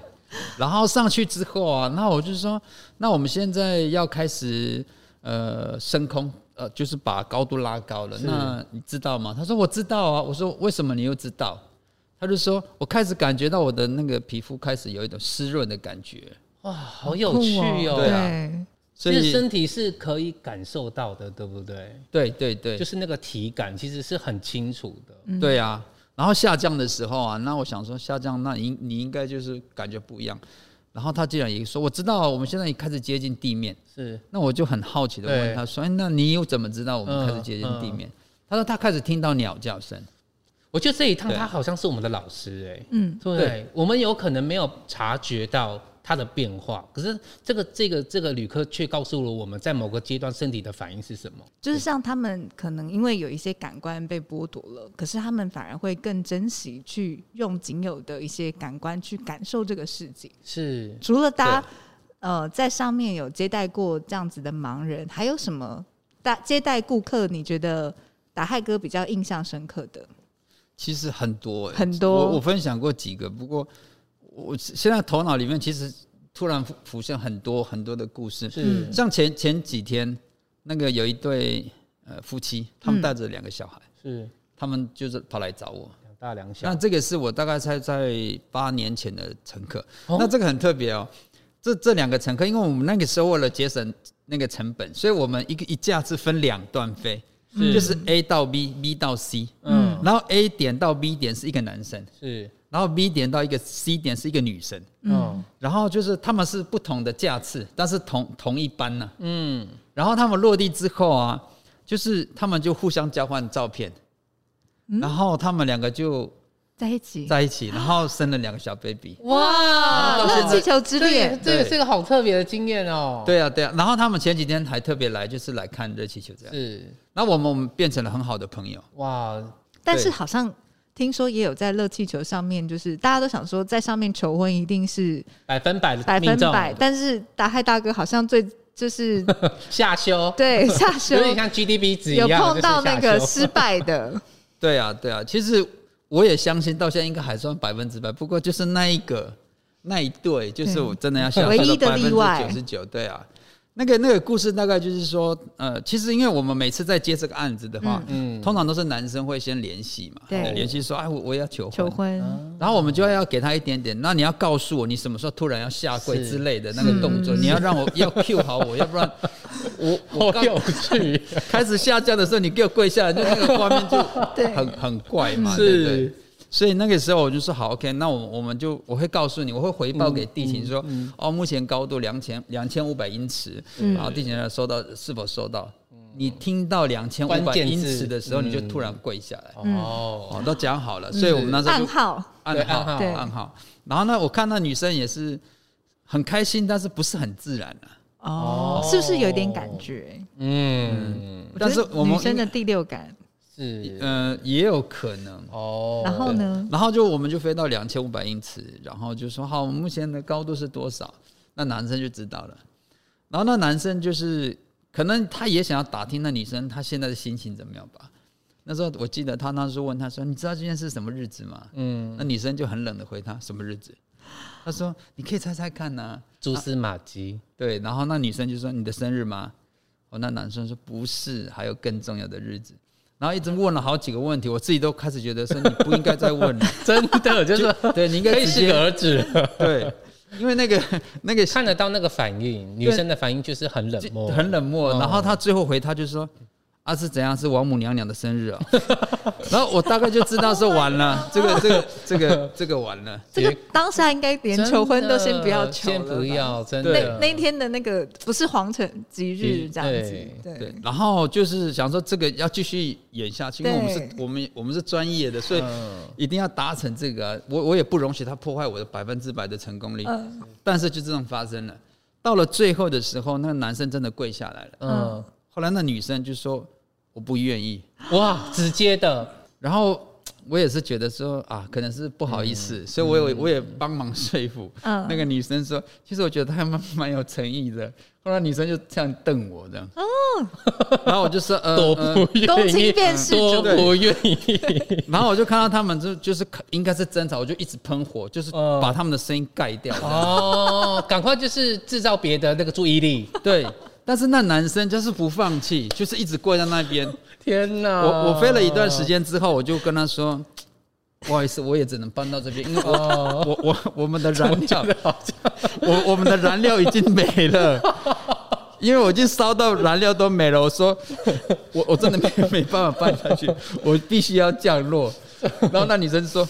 [SPEAKER 4] 然后上去之后啊，那我就说，那我们现在要开始呃升空，呃，就是把高度拉高了。那你知道吗？他说我知道啊。我说为什么你又知道？他就说我开始感觉到我的那个皮肤开始有一种湿润的感觉。
[SPEAKER 3] 哇，好有趣哦！
[SPEAKER 4] 对啊
[SPEAKER 2] 嗯对，
[SPEAKER 4] 所
[SPEAKER 3] 其实
[SPEAKER 4] 以
[SPEAKER 3] 身体是可以感受到的，对不对？
[SPEAKER 4] 对对对，
[SPEAKER 3] 就是嗯那个体感其实是很清楚的。
[SPEAKER 4] 对啊，然后下降的时候啊，那我想说下降，那你你应该就是感觉不一样。然后他竟然也说，我知道啊我们现在也开始接近地面，
[SPEAKER 3] 是
[SPEAKER 4] 那我就很好奇的问
[SPEAKER 3] 对
[SPEAKER 4] 他说，哎，那你又怎么知道我们
[SPEAKER 3] 嗯
[SPEAKER 4] 开始接近地面？他说他开始听到鸟叫声，
[SPEAKER 3] 我觉得这一趟
[SPEAKER 4] 对
[SPEAKER 3] 他好像是我们的老师哎、
[SPEAKER 2] 嗯
[SPEAKER 3] 对
[SPEAKER 4] 对
[SPEAKER 3] 我们有可能没有察觉到他的变化，可是这个这个这个旅客却告诉了我们在某个阶段身体的反应是什么。
[SPEAKER 2] 就是像他们可能因为有一些感官被剥夺了，可是他们反而会更珍惜去用仅有的一些感官去感受这个世界。
[SPEAKER 3] 是
[SPEAKER 2] 除了大家呃在上面有接待过这样子的盲人，还有什么大接待顾客？你觉得打嗨哥比较印象深刻的？
[SPEAKER 4] 其实很多、欸、
[SPEAKER 2] 很多
[SPEAKER 4] 我我分享过几个，不过我现在头脑里面其实突然浮浮现很多很多的故事，
[SPEAKER 3] 是
[SPEAKER 4] 像前前几天那个有一对呃夫妻，他
[SPEAKER 2] 嗯
[SPEAKER 4] 们带着两个小孩，
[SPEAKER 3] 是
[SPEAKER 4] 他们就是跑来找我，
[SPEAKER 3] 两大两小嗯
[SPEAKER 4] 那，这个是我大概才在八年前的乘客，
[SPEAKER 3] 哦
[SPEAKER 4] 那这个很特别哦。这这两个乘客，因为我们那个时候为了节省那个成本，所以我们一个一架是分两段飞，
[SPEAKER 3] 是
[SPEAKER 4] 就是 A 到 B，B 到 C，
[SPEAKER 3] 嗯
[SPEAKER 4] 然后 A 点到 B 点是一个男生，
[SPEAKER 3] 是
[SPEAKER 4] 然后 B 点到一个 C 点是一个女生，
[SPEAKER 3] 嗯
[SPEAKER 4] 然后就是他们是不同的架次，但是同同一班呢、
[SPEAKER 3] 嗯
[SPEAKER 4] 然后他们落地之后啊，就是他们就互相交换照片，
[SPEAKER 3] 嗯
[SPEAKER 4] 然后他们两个就
[SPEAKER 2] 在一起？
[SPEAKER 4] 在一起，然后生了两个小 baby。
[SPEAKER 3] 哇
[SPEAKER 4] 到现
[SPEAKER 2] 热
[SPEAKER 4] 在
[SPEAKER 2] 气球之恋，
[SPEAKER 3] 这个
[SPEAKER 4] 对
[SPEAKER 3] 是个好特别的经验哦。，
[SPEAKER 4] 对啊，对啊。然后他们前几天还特别来，就是来看热气球这样。
[SPEAKER 3] 是
[SPEAKER 4] 那我们我们变成了很好的朋友。
[SPEAKER 3] 哇，
[SPEAKER 2] 但是好像听说也有在热气球上面，就是大家都想说在上面求婚一定是
[SPEAKER 3] 百分百的
[SPEAKER 2] 百分
[SPEAKER 3] 命中
[SPEAKER 2] 百，但是达嗨大哥好像最就是
[SPEAKER 3] 下修，
[SPEAKER 2] 对下修
[SPEAKER 3] 有点像 GDP 值一
[SPEAKER 2] 有
[SPEAKER 3] 样，
[SPEAKER 2] 碰到那个
[SPEAKER 3] 就是下修
[SPEAKER 2] 失败的，
[SPEAKER 4] 对啊，对啊。其实我也相信，到现在应该还算百分之百。不过就是那一个那一对，就是
[SPEAKER 2] 对
[SPEAKER 4] 我真的要想
[SPEAKER 2] 唯一的
[SPEAKER 4] 百分之
[SPEAKER 2] 例外
[SPEAKER 4] 九十
[SPEAKER 3] 嗯
[SPEAKER 4] 九。对啊，那个那个故事大概就是说，呃，其实因为我们每次在接这个案子的话，
[SPEAKER 3] 嗯
[SPEAKER 4] 通常都是男生会先联系嘛，
[SPEAKER 2] 对
[SPEAKER 4] 联系说，哎，我我也要求婚，
[SPEAKER 2] 求婚
[SPEAKER 4] 然后我们就要给他一点点，那你要告诉我你什么时候突然要下跪
[SPEAKER 3] 是
[SPEAKER 4] 之类的那个动作，你要让我 [laughs] 要 cue 好我，要不然我
[SPEAKER 3] [laughs]
[SPEAKER 4] 我
[SPEAKER 3] 好
[SPEAKER 4] 刚
[SPEAKER 3] 有趣， [laughs]
[SPEAKER 4] 开始下降的时候，你给我跪下来，就那个画面就
[SPEAKER 2] 对
[SPEAKER 4] 很很怪嘛，对不对
[SPEAKER 3] 是？
[SPEAKER 4] 所以那个时候我就说好，OK，那我我们就我会告诉你，我会回报给地勤
[SPEAKER 3] 嗯
[SPEAKER 4] 说，哦，目前高度两千两千五百英尺，
[SPEAKER 3] 嗯
[SPEAKER 4] 然后地勤要收到是否收到？你听到两千五百
[SPEAKER 3] 关键字
[SPEAKER 4] 英尺的时候，你就
[SPEAKER 3] 嗯
[SPEAKER 4] 突然跪下来，
[SPEAKER 3] 哦，
[SPEAKER 4] 哦，都讲好了，所以我们那时候就
[SPEAKER 2] 暗号，
[SPEAKER 3] 对
[SPEAKER 4] 暗
[SPEAKER 3] 暗
[SPEAKER 4] 号
[SPEAKER 3] 号
[SPEAKER 2] 对
[SPEAKER 4] 暗号。然后呢，我看那女生也是很开心，但是不是很自然啊。
[SPEAKER 2] 哦，是不是有点感觉？
[SPEAKER 3] 嗯，
[SPEAKER 2] 我觉得
[SPEAKER 4] 但是我们
[SPEAKER 2] 女生的第六感，
[SPEAKER 3] 是
[SPEAKER 4] 呃，也有可能。
[SPEAKER 3] 哦，
[SPEAKER 2] 然后呢？
[SPEAKER 4] 然后就我们就飞到两千五百英尺，然后就说好，我们目前的高度是多少？那男生就知道了。然后那男生就是可能他也想要打听那女生她现在的心情怎么样吧。那时候我记得他那时候问他说：“你知道今天是什么日子吗？”
[SPEAKER 3] 嗯，
[SPEAKER 4] 那女生就很冷的回他：“什么日子？”他说：“你可以猜猜看啊呐、
[SPEAKER 3] 蛛丝马迹，
[SPEAKER 4] 对，然后那女生就说：“你的生日吗？”哦，那男生说：“不是，还有更重要的日子。”然后一直问了好几个问题，我自己都开始觉得说你不应该再问了，
[SPEAKER 3] [laughs]
[SPEAKER 4] [laughs]
[SPEAKER 3] 真的就是
[SPEAKER 4] 对你应
[SPEAKER 3] 可
[SPEAKER 4] 该
[SPEAKER 3] 以
[SPEAKER 4] 直
[SPEAKER 3] 是个
[SPEAKER 4] 接
[SPEAKER 3] 儿子了，
[SPEAKER 4] 对，因为那个那个
[SPEAKER 3] [laughs] 看得到那个反应，女生的反应就是很冷漠，
[SPEAKER 4] 很冷漠。
[SPEAKER 3] 嗯
[SPEAKER 4] 然后他最后回他就说：“啊是怎样？是王母娘娘的生日啊、 [laughs] 然后我大概就知道说完了，这个这个这个这个完了。
[SPEAKER 2] 这个当下应该连求婚都先不要求
[SPEAKER 3] 先
[SPEAKER 2] 了
[SPEAKER 3] 不
[SPEAKER 2] 吧。
[SPEAKER 3] 要，真
[SPEAKER 2] 那
[SPEAKER 3] 的
[SPEAKER 2] 那一天的那个不是皇城吉日这样子
[SPEAKER 3] 对，
[SPEAKER 4] 对
[SPEAKER 2] 对，，
[SPEAKER 4] 然后就是想说这个要继续演下去，因为我们是
[SPEAKER 2] 对嗯
[SPEAKER 4] 我们我们是专业的，所以一定要达成这个啊、我我也不容许他破坏我的百分之百的成功率。
[SPEAKER 2] 嗯
[SPEAKER 4] 但是就这样发生了。到了最后的时候，那个男生真的跪下来了。
[SPEAKER 3] 嗯，
[SPEAKER 4] 后来那女生就说：“我不愿意。
[SPEAKER 2] 嗯
[SPEAKER 3] 哇，直接的，”
[SPEAKER 4] 然后我也是觉得说啊，可能是不好意思，所以我也我也帮忙说服、
[SPEAKER 2] 嗯
[SPEAKER 4] 那个女生说，其实我觉得她蛮蛮有诚意的。后来女生就这样瞪我这样，哦， [laughs] 然后我就说
[SPEAKER 3] [laughs]
[SPEAKER 4] 呃，
[SPEAKER 3] 多
[SPEAKER 4] 呃
[SPEAKER 3] 不
[SPEAKER 2] 公
[SPEAKER 3] 愿
[SPEAKER 2] 亲
[SPEAKER 3] 意，
[SPEAKER 2] 变世
[SPEAKER 3] 多
[SPEAKER 2] 主，
[SPEAKER 3] 不愿意， [laughs]
[SPEAKER 4] 然后我就看到他们就就是应该是争吵，我就一直喷火，就是
[SPEAKER 3] 哦
[SPEAKER 4] 把他们的声音盖掉。
[SPEAKER 3] 哦，赶快就是制造别的那个注意力，
[SPEAKER 4] 对，但是那男生就是不放弃，就是一直跪在那边。
[SPEAKER 3] 天哪，
[SPEAKER 4] 我我飞了一段时间之后，我就跟他说。不好意思，我也只能搬到这边，因为我、我
[SPEAKER 3] [laughs]
[SPEAKER 4] 我我们的燃料，我我们的燃料已经没了。因为我已经烧到燃料都没了。我说，我我真的没没办法办下去，我必须要降落。然后那女生说，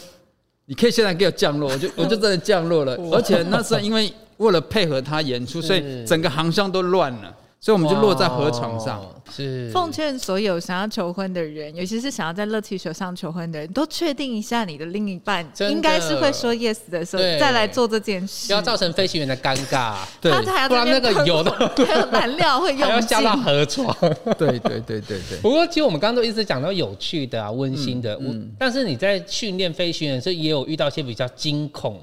[SPEAKER 4] 你可以现在给我降落，我就我就真的降落了。而且那时候因为为了配合她演出，所以
[SPEAKER 3] 是
[SPEAKER 4] 整个航向都乱了，所以我们就落在河床上。
[SPEAKER 3] 哇，是
[SPEAKER 2] 奉劝所有想要求婚的人，尤其是想要在热气球上求婚的人，都确定一下你的另一半
[SPEAKER 3] 真的
[SPEAKER 2] 应该是会说 yes 的时候，
[SPEAKER 3] 对
[SPEAKER 2] 再来做这件事
[SPEAKER 3] 不。要造成飞行员的尴 [laughs] 尬，
[SPEAKER 4] 对
[SPEAKER 2] 他才
[SPEAKER 3] 不然那个油的 [laughs]
[SPEAKER 4] [laughs]
[SPEAKER 2] 还有燃料会
[SPEAKER 3] 还要
[SPEAKER 2] 用尽
[SPEAKER 3] 下。到河床。
[SPEAKER 4] 对对对对
[SPEAKER 3] [laughs]
[SPEAKER 4] 对，
[SPEAKER 3] 不过，其实我们刚刚都一直讲到有趣的啊、温馨
[SPEAKER 4] 嗯
[SPEAKER 3] 的，我但是你在训练飞行员的时候，也有遇到一些比较惊恐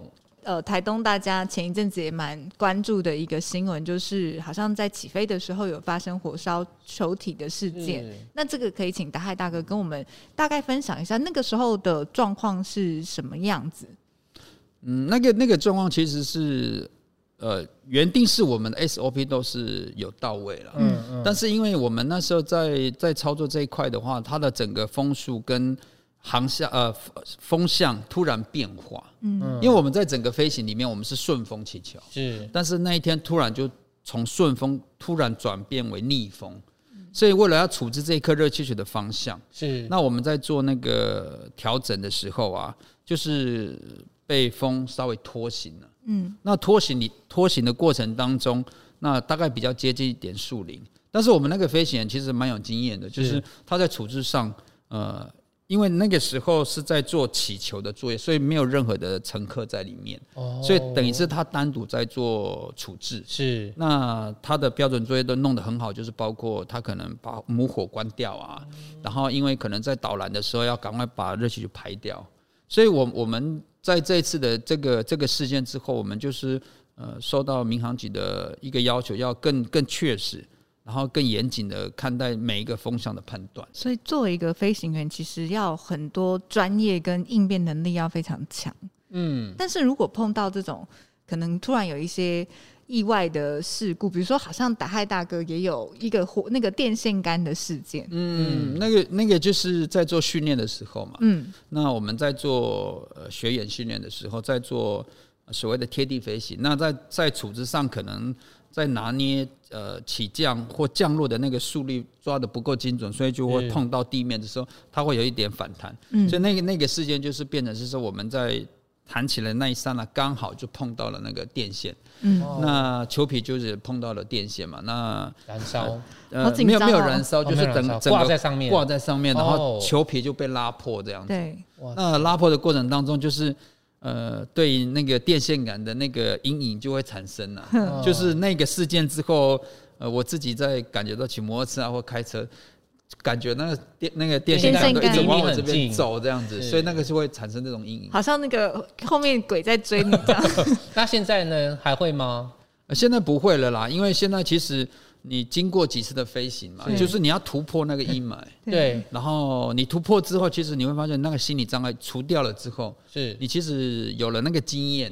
[SPEAKER 2] 呃，台东大家前一阵子也蛮关注的一个新闻，就是好像在起飞的时候有发生火烧球体的事件
[SPEAKER 3] 是。
[SPEAKER 2] 那这个可以请达海大哥跟我们大概分享一下那个时候的状况是什么样子？
[SPEAKER 4] 嗯，那个那个状况其实是，呃，原定是我们的 SOP 都是有到位了，
[SPEAKER 3] 嗯嗯
[SPEAKER 4] 但是因为我们那时候在在操作这一块的话，它的整个风速跟航向呃风向突然变化，嗯，因为我们在整个飞行里面我们是顺风起球，
[SPEAKER 3] 是
[SPEAKER 4] 但是那一天突然就从顺风突然转变为逆风，所以为了要处置这一颗热气球的方向，
[SPEAKER 3] 是
[SPEAKER 4] 那我们在做那个调整的时候啊，就是被风稍微拖行了。嗯，那拖行你拖行的过程当中，那大概比较接近一点树林，但是我们那个飞行员其实蛮有经验的，就是
[SPEAKER 3] 是
[SPEAKER 4] 他在处置上，呃，因为那个时候是在做起球的作业，所以没有任何的乘客在里面，
[SPEAKER 3] 哦
[SPEAKER 4] 所以等于是他单独在做处置。
[SPEAKER 3] 是
[SPEAKER 4] 那他的标准作业都弄得很好，就是包括他可能把母火关掉啊，然后因为可能在导燃的时候要赶快把热气球排掉，所以我我们在这一次的这个这个事件之后，我们就是呃受到民航局的一个要求，要更更确实，然后更严谨的看待每一个风向的判断。
[SPEAKER 2] 所以作为一个飞行员，其实要很多专业跟应变能力要非常强。
[SPEAKER 3] 嗯
[SPEAKER 2] 但是如果碰到这种可能突然有一些意外的事故，比如说好像打害大哥也有一个火那个电线杆的事件，
[SPEAKER 4] 嗯，那个那个就是在做训练的时候嘛，
[SPEAKER 2] 嗯，
[SPEAKER 4] 那我们在做呃学员训练的时候，在做呃所谓的贴地飞行，那在在处置上可能在拿捏呃起降或降落的那个速率抓的不够精准，所以就会
[SPEAKER 3] 嗯
[SPEAKER 4] 碰到地面的时候，它会有一点反弹。
[SPEAKER 2] 嗯
[SPEAKER 4] 所以那个那个事件就是变成是说我们在弹起来那一刹那，刚好就碰到了那个电线，
[SPEAKER 2] 嗯
[SPEAKER 3] 哦
[SPEAKER 4] 那球皮就是碰到了电线嘛，那
[SPEAKER 3] 燃烧
[SPEAKER 2] 好
[SPEAKER 4] 呃
[SPEAKER 2] 紧
[SPEAKER 4] 没有
[SPEAKER 2] 张
[SPEAKER 4] 没有
[SPEAKER 2] 哦
[SPEAKER 4] 燃烧，
[SPEAKER 3] 哦
[SPEAKER 4] 就
[SPEAKER 3] 没
[SPEAKER 4] 是
[SPEAKER 3] 有燃
[SPEAKER 4] 整
[SPEAKER 3] 烧
[SPEAKER 4] 整个
[SPEAKER 3] 挂在上面
[SPEAKER 4] 挂在上面，然后
[SPEAKER 3] 哦
[SPEAKER 4] 球皮就被拉破这样
[SPEAKER 3] 嗯
[SPEAKER 4] 子。
[SPEAKER 2] 对，
[SPEAKER 3] 哇
[SPEAKER 4] 那拉破的过程当中，就是呃，对那个电线杆的那个阴影就会产生了、
[SPEAKER 3] 哼
[SPEAKER 4] [laughs] 就是那个事件之后，呃，我自己在感觉到骑摩托车啊或开车，感觉那个电那个电线杆都一
[SPEAKER 2] 电
[SPEAKER 4] 直
[SPEAKER 2] 线杆
[SPEAKER 4] 往我
[SPEAKER 3] 离
[SPEAKER 4] 这
[SPEAKER 3] 你很
[SPEAKER 4] 边
[SPEAKER 3] 近
[SPEAKER 4] 走这样子，
[SPEAKER 3] 是
[SPEAKER 4] 所以那个是会产生这种阴影。
[SPEAKER 2] 好像那个后面鬼在追你这样，
[SPEAKER 3] 那现在呢还会吗？
[SPEAKER 4] 呃现在不会了啦，因为现在其实你经过几次的飞行嘛，
[SPEAKER 3] 是
[SPEAKER 4] 就是你要突破那个阴霾，
[SPEAKER 3] 对，
[SPEAKER 4] 然后你突破之后，其实你会发现那个心理障碍除掉了之后，
[SPEAKER 3] 是
[SPEAKER 4] 你其实有了那个经验。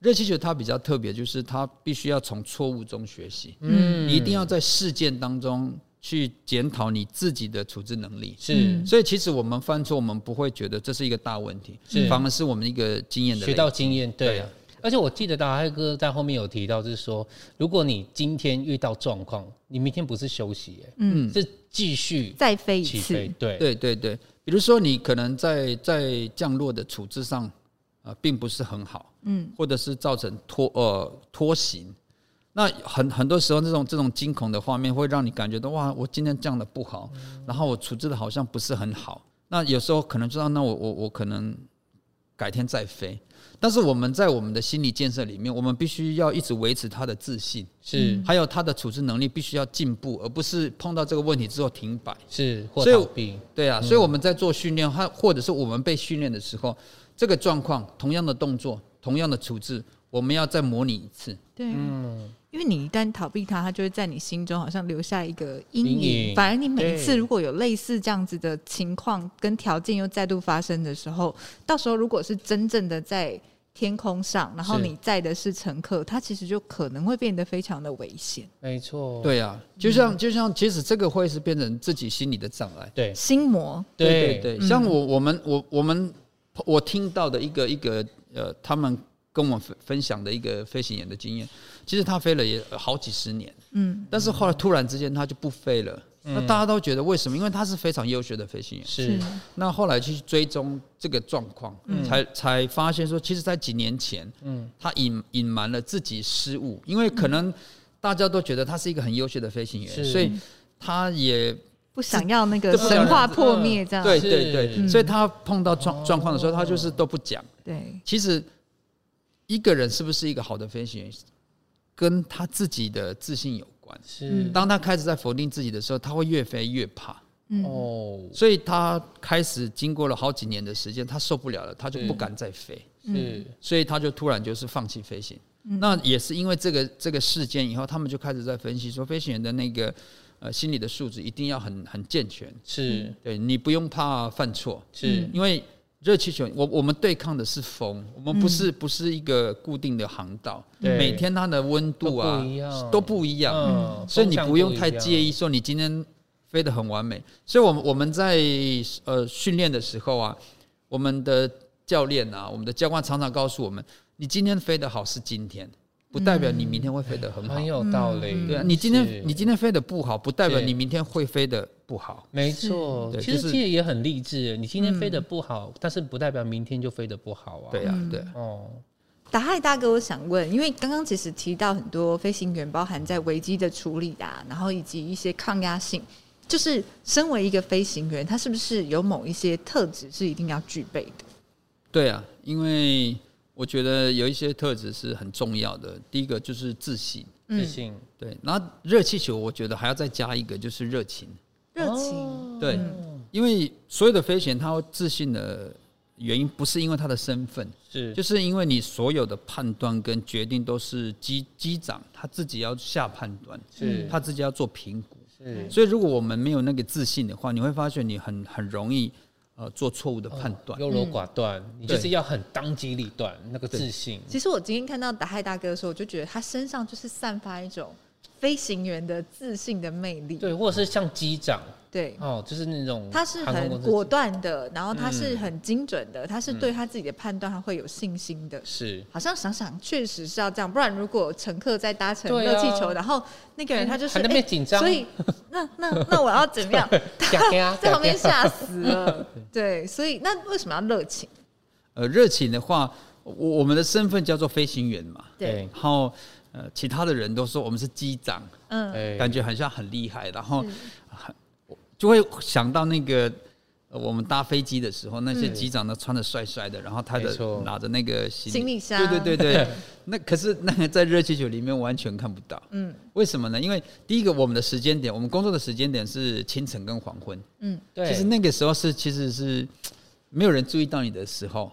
[SPEAKER 4] 热气球它比较特别，就是它必须要从错误中学习，
[SPEAKER 3] 嗯
[SPEAKER 4] 你一定要在事件当中去检讨你自己的处置能力。
[SPEAKER 3] 是
[SPEAKER 4] 所以其实我们犯错，我们不会觉得这是一个大问题，
[SPEAKER 3] 是
[SPEAKER 4] 反而是我们一个经验的累积
[SPEAKER 3] 学到经验，对
[SPEAKER 4] 对
[SPEAKER 3] 啊。而且我记得大黑哥在后面有提到，就是说，如果你今天遇到状况，你明天不是休息、欸，
[SPEAKER 2] 嗯
[SPEAKER 3] 是继续
[SPEAKER 2] [laughs] 再飞一
[SPEAKER 3] 起
[SPEAKER 2] 次，
[SPEAKER 3] 飞，对，
[SPEAKER 4] 对对对，比如说你可能在在降落的处置上，呃，并不是很好，
[SPEAKER 2] 嗯，
[SPEAKER 4] 或者是造成拖呃拖行。那很很多时候，这种这种惊恐的画面会让你感觉到哇，我今天降的不好，然后我处置的好像不是很好。那有时候可能知道，那我我我可能改天再飞。但是我们在我们的心理建设里面，我们必须要一直维持他的自信，
[SPEAKER 3] 是
[SPEAKER 4] 还有他的处置能力必须要进步，而不是碰到这个问题之后停摆。
[SPEAKER 3] 是或
[SPEAKER 4] 所以
[SPEAKER 3] 倒闭，
[SPEAKER 4] 对啊，所以我们在做训练，或或者是我们被训练的时候，这个状况，同样的动作，同样的处置，我们要再模拟一次。
[SPEAKER 2] 对，啊
[SPEAKER 3] 嗯
[SPEAKER 2] 因为你一旦逃避它，它就会在你心中好像留下一个阴
[SPEAKER 3] 阴
[SPEAKER 2] 影。
[SPEAKER 3] 影
[SPEAKER 2] 反而你每一
[SPEAKER 3] 对
[SPEAKER 2] 次如果有类似这样子的情况跟条件又再度发生的时候，到时候如果是真正的在天空上，然后
[SPEAKER 3] 是
[SPEAKER 2] 你载的是乘客，它其实就可能会变得非常的危险，
[SPEAKER 3] 没错，
[SPEAKER 4] 对啊，就像就像，其实这个会是变成自己心理的障碍。
[SPEAKER 3] 对
[SPEAKER 2] 心魔。
[SPEAKER 4] 对对，像我我们我我们我听到的一个一个呃，他们跟我们分分享的一个飞行员的经验。其实他飞了也好几十年，
[SPEAKER 2] 嗯，
[SPEAKER 4] 但是后来突然之间他就不飞了。那大家都觉得为什么？因为他是非常优秀的飞行员。
[SPEAKER 3] 是
[SPEAKER 4] 那后来去追踪这个状况，
[SPEAKER 3] 嗯
[SPEAKER 4] 才才发现说，其实，在几年前，嗯，他隐隐瞒了自己失误，因为可能大家都觉得他是一个很优秀的飞行员，
[SPEAKER 3] 是
[SPEAKER 4] 所以他也
[SPEAKER 2] 不想要那个
[SPEAKER 4] 这不
[SPEAKER 2] 神话破灭这样，
[SPEAKER 4] 对
[SPEAKER 3] 是
[SPEAKER 4] 对对，
[SPEAKER 3] 嗯哦
[SPEAKER 4] 所以他碰到状状况的时候，他就是都不讲。
[SPEAKER 2] 对
[SPEAKER 4] 其实一个人是不是一个好的飞行员，跟他自己的自信有关。
[SPEAKER 3] 是
[SPEAKER 4] 嗯当他开始在否定自己的时候，他会越飞越怕，
[SPEAKER 3] 哦，
[SPEAKER 4] 所以他开始经过了好几年的时间，他受不了了，他就
[SPEAKER 3] 嗯
[SPEAKER 4] 不敢再飞，
[SPEAKER 3] 是
[SPEAKER 4] 所以他就突然就是放弃飞行。
[SPEAKER 3] 嗯
[SPEAKER 4] 那也是因为这个这个事件以后，他们就开始在分析说，飞行员的那个呃心理的素质一定要很很健全，
[SPEAKER 3] 是
[SPEAKER 4] 对你不用怕犯错，
[SPEAKER 3] 是
[SPEAKER 4] 因为热气球，我我们对抗的是风，我们不是、不是一个固定的航道，
[SPEAKER 3] 嗯对
[SPEAKER 4] 每天它的温度
[SPEAKER 3] 都
[SPEAKER 4] 啊
[SPEAKER 3] 不一样
[SPEAKER 4] 都不一样
[SPEAKER 3] 嗯
[SPEAKER 4] 所以你
[SPEAKER 3] 风向
[SPEAKER 4] 不用
[SPEAKER 3] 不一
[SPEAKER 4] 太
[SPEAKER 3] 样
[SPEAKER 4] 介意说你今天飞得很完美。所以我们我们在呃训练的时候啊，我们的教练啊，我们的教官常常告诉我们，你今天飞得好是今天，不代表你明天会飞得很好。
[SPEAKER 3] 很有道理。
[SPEAKER 4] 对啊，你今天
[SPEAKER 3] 嗯哎是
[SPEAKER 4] 你今天飞得不好，不代表
[SPEAKER 3] 是
[SPEAKER 4] 你明天会飞得不好。
[SPEAKER 3] 没错，
[SPEAKER 4] 对
[SPEAKER 3] 其
[SPEAKER 4] 就
[SPEAKER 3] 实
[SPEAKER 4] 是嗯
[SPEAKER 3] 这也很励志。你今天飞得不好，但是不代表明天就飞得不好啊。
[SPEAKER 4] 对，啊，对啊。
[SPEAKER 3] 哦，
[SPEAKER 2] 达海大哥，我想问，因为刚刚其实提到很多飞行员，包含在危机的处理啊，然后以及一些抗压性，就是身为一个飞行员，他是不是有某一些特质是一定要具备的？
[SPEAKER 4] 对啊，因为我觉得有一些特质是很重要的。第一个就是自信，
[SPEAKER 3] 自信，
[SPEAKER 4] 对。然后热气球，我觉得还要再加一个就是热情，
[SPEAKER 2] 热情，
[SPEAKER 3] 哦
[SPEAKER 4] 对。因为所有的飞行员他会自信的原因，不是因为他的身份，
[SPEAKER 3] 是
[SPEAKER 4] 就是因为你所有的判断跟决定都是机机长他自己要下判断，
[SPEAKER 3] 是
[SPEAKER 4] 他自己要做评估。
[SPEAKER 3] 是
[SPEAKER 4] 所以如果我们没有那个自信的话，你会发现你很很容易呃做错误的判断。
[SPEAKER 3] 优柔寡断，你就是要很当机立断，那个自信。
[SPEAKER 2] 其实我今天看到达海大哥的时候，我就觉得他身上就是散发一种飞行员的自信的魅力。
[SPEAKER 3] 对，或者是像机长
[SPEAKER 2] 对
[SPEAKER 3] 哦，就是那种
[SPEAKER 2] 他是
[SPEAKER 3] 航空公
[SPEAKER 2] 很
[SPEAKER 3] 司
[SPEAKER 2] 果断的，然后他
[SPEAKER 3] 嗯
[SPEAKER 2] 是很精准的，他是对他自己的判断他会有信心的。
[SPEAKER 3] 是
[SPEAKER 2] 好像想想确实是要这样，不然如果乘客在搭乘
[SPEAKER 3] 对啊哎
[SPEAKER 2] 热气球，然后那个人他就是哎
[SPEAKER 3] 还在那边紧张
[SPEAKER 2] 所以那那那我要怎么
[SPEAKER 3] [laughs]
[SPEAKER 2] 样？
[SPEAKER 3] 嘎嘎
[SPEAKER 2] [laughs] 在旁边吓死了。对，所以那为什么要热情？
[SPEAKER 4] 呃，热情的话，我我们的身份叫做飞行员嘛，
[SPEAKER 2] 对，
[SPEAKER 3] 对
[SPEAKER 4] 然后呃，其他的人都说我们是机长，
[SPEAKER 2] 嗯，
[SPEAKER 3] 哎
[SPEAKER 4] 感觉很像很厉害，然后很就会想到那个。呃我们搭飞机的时候，那些机长都穿的帅帅的，然后他
[SPEAKER 3] 没
[SPEAKER 4] 的
[SPEAKER 3] 错
[SPEAKER 4] 拿着那个行
[SPEAKER 2] 行李箱
[SPEAKER 4] 对对对对，那可是那个在热气球里面完全看不到，嗯，为什么呢？因为第一个我们的时间点，我们工作的时间点是清晨跟黄昏，
[SPEAKER 2] 嗯
[SPEAKER 3] 对，
[SPEAKER 4] 其实那个时候是其实是没有人注意到你的时候，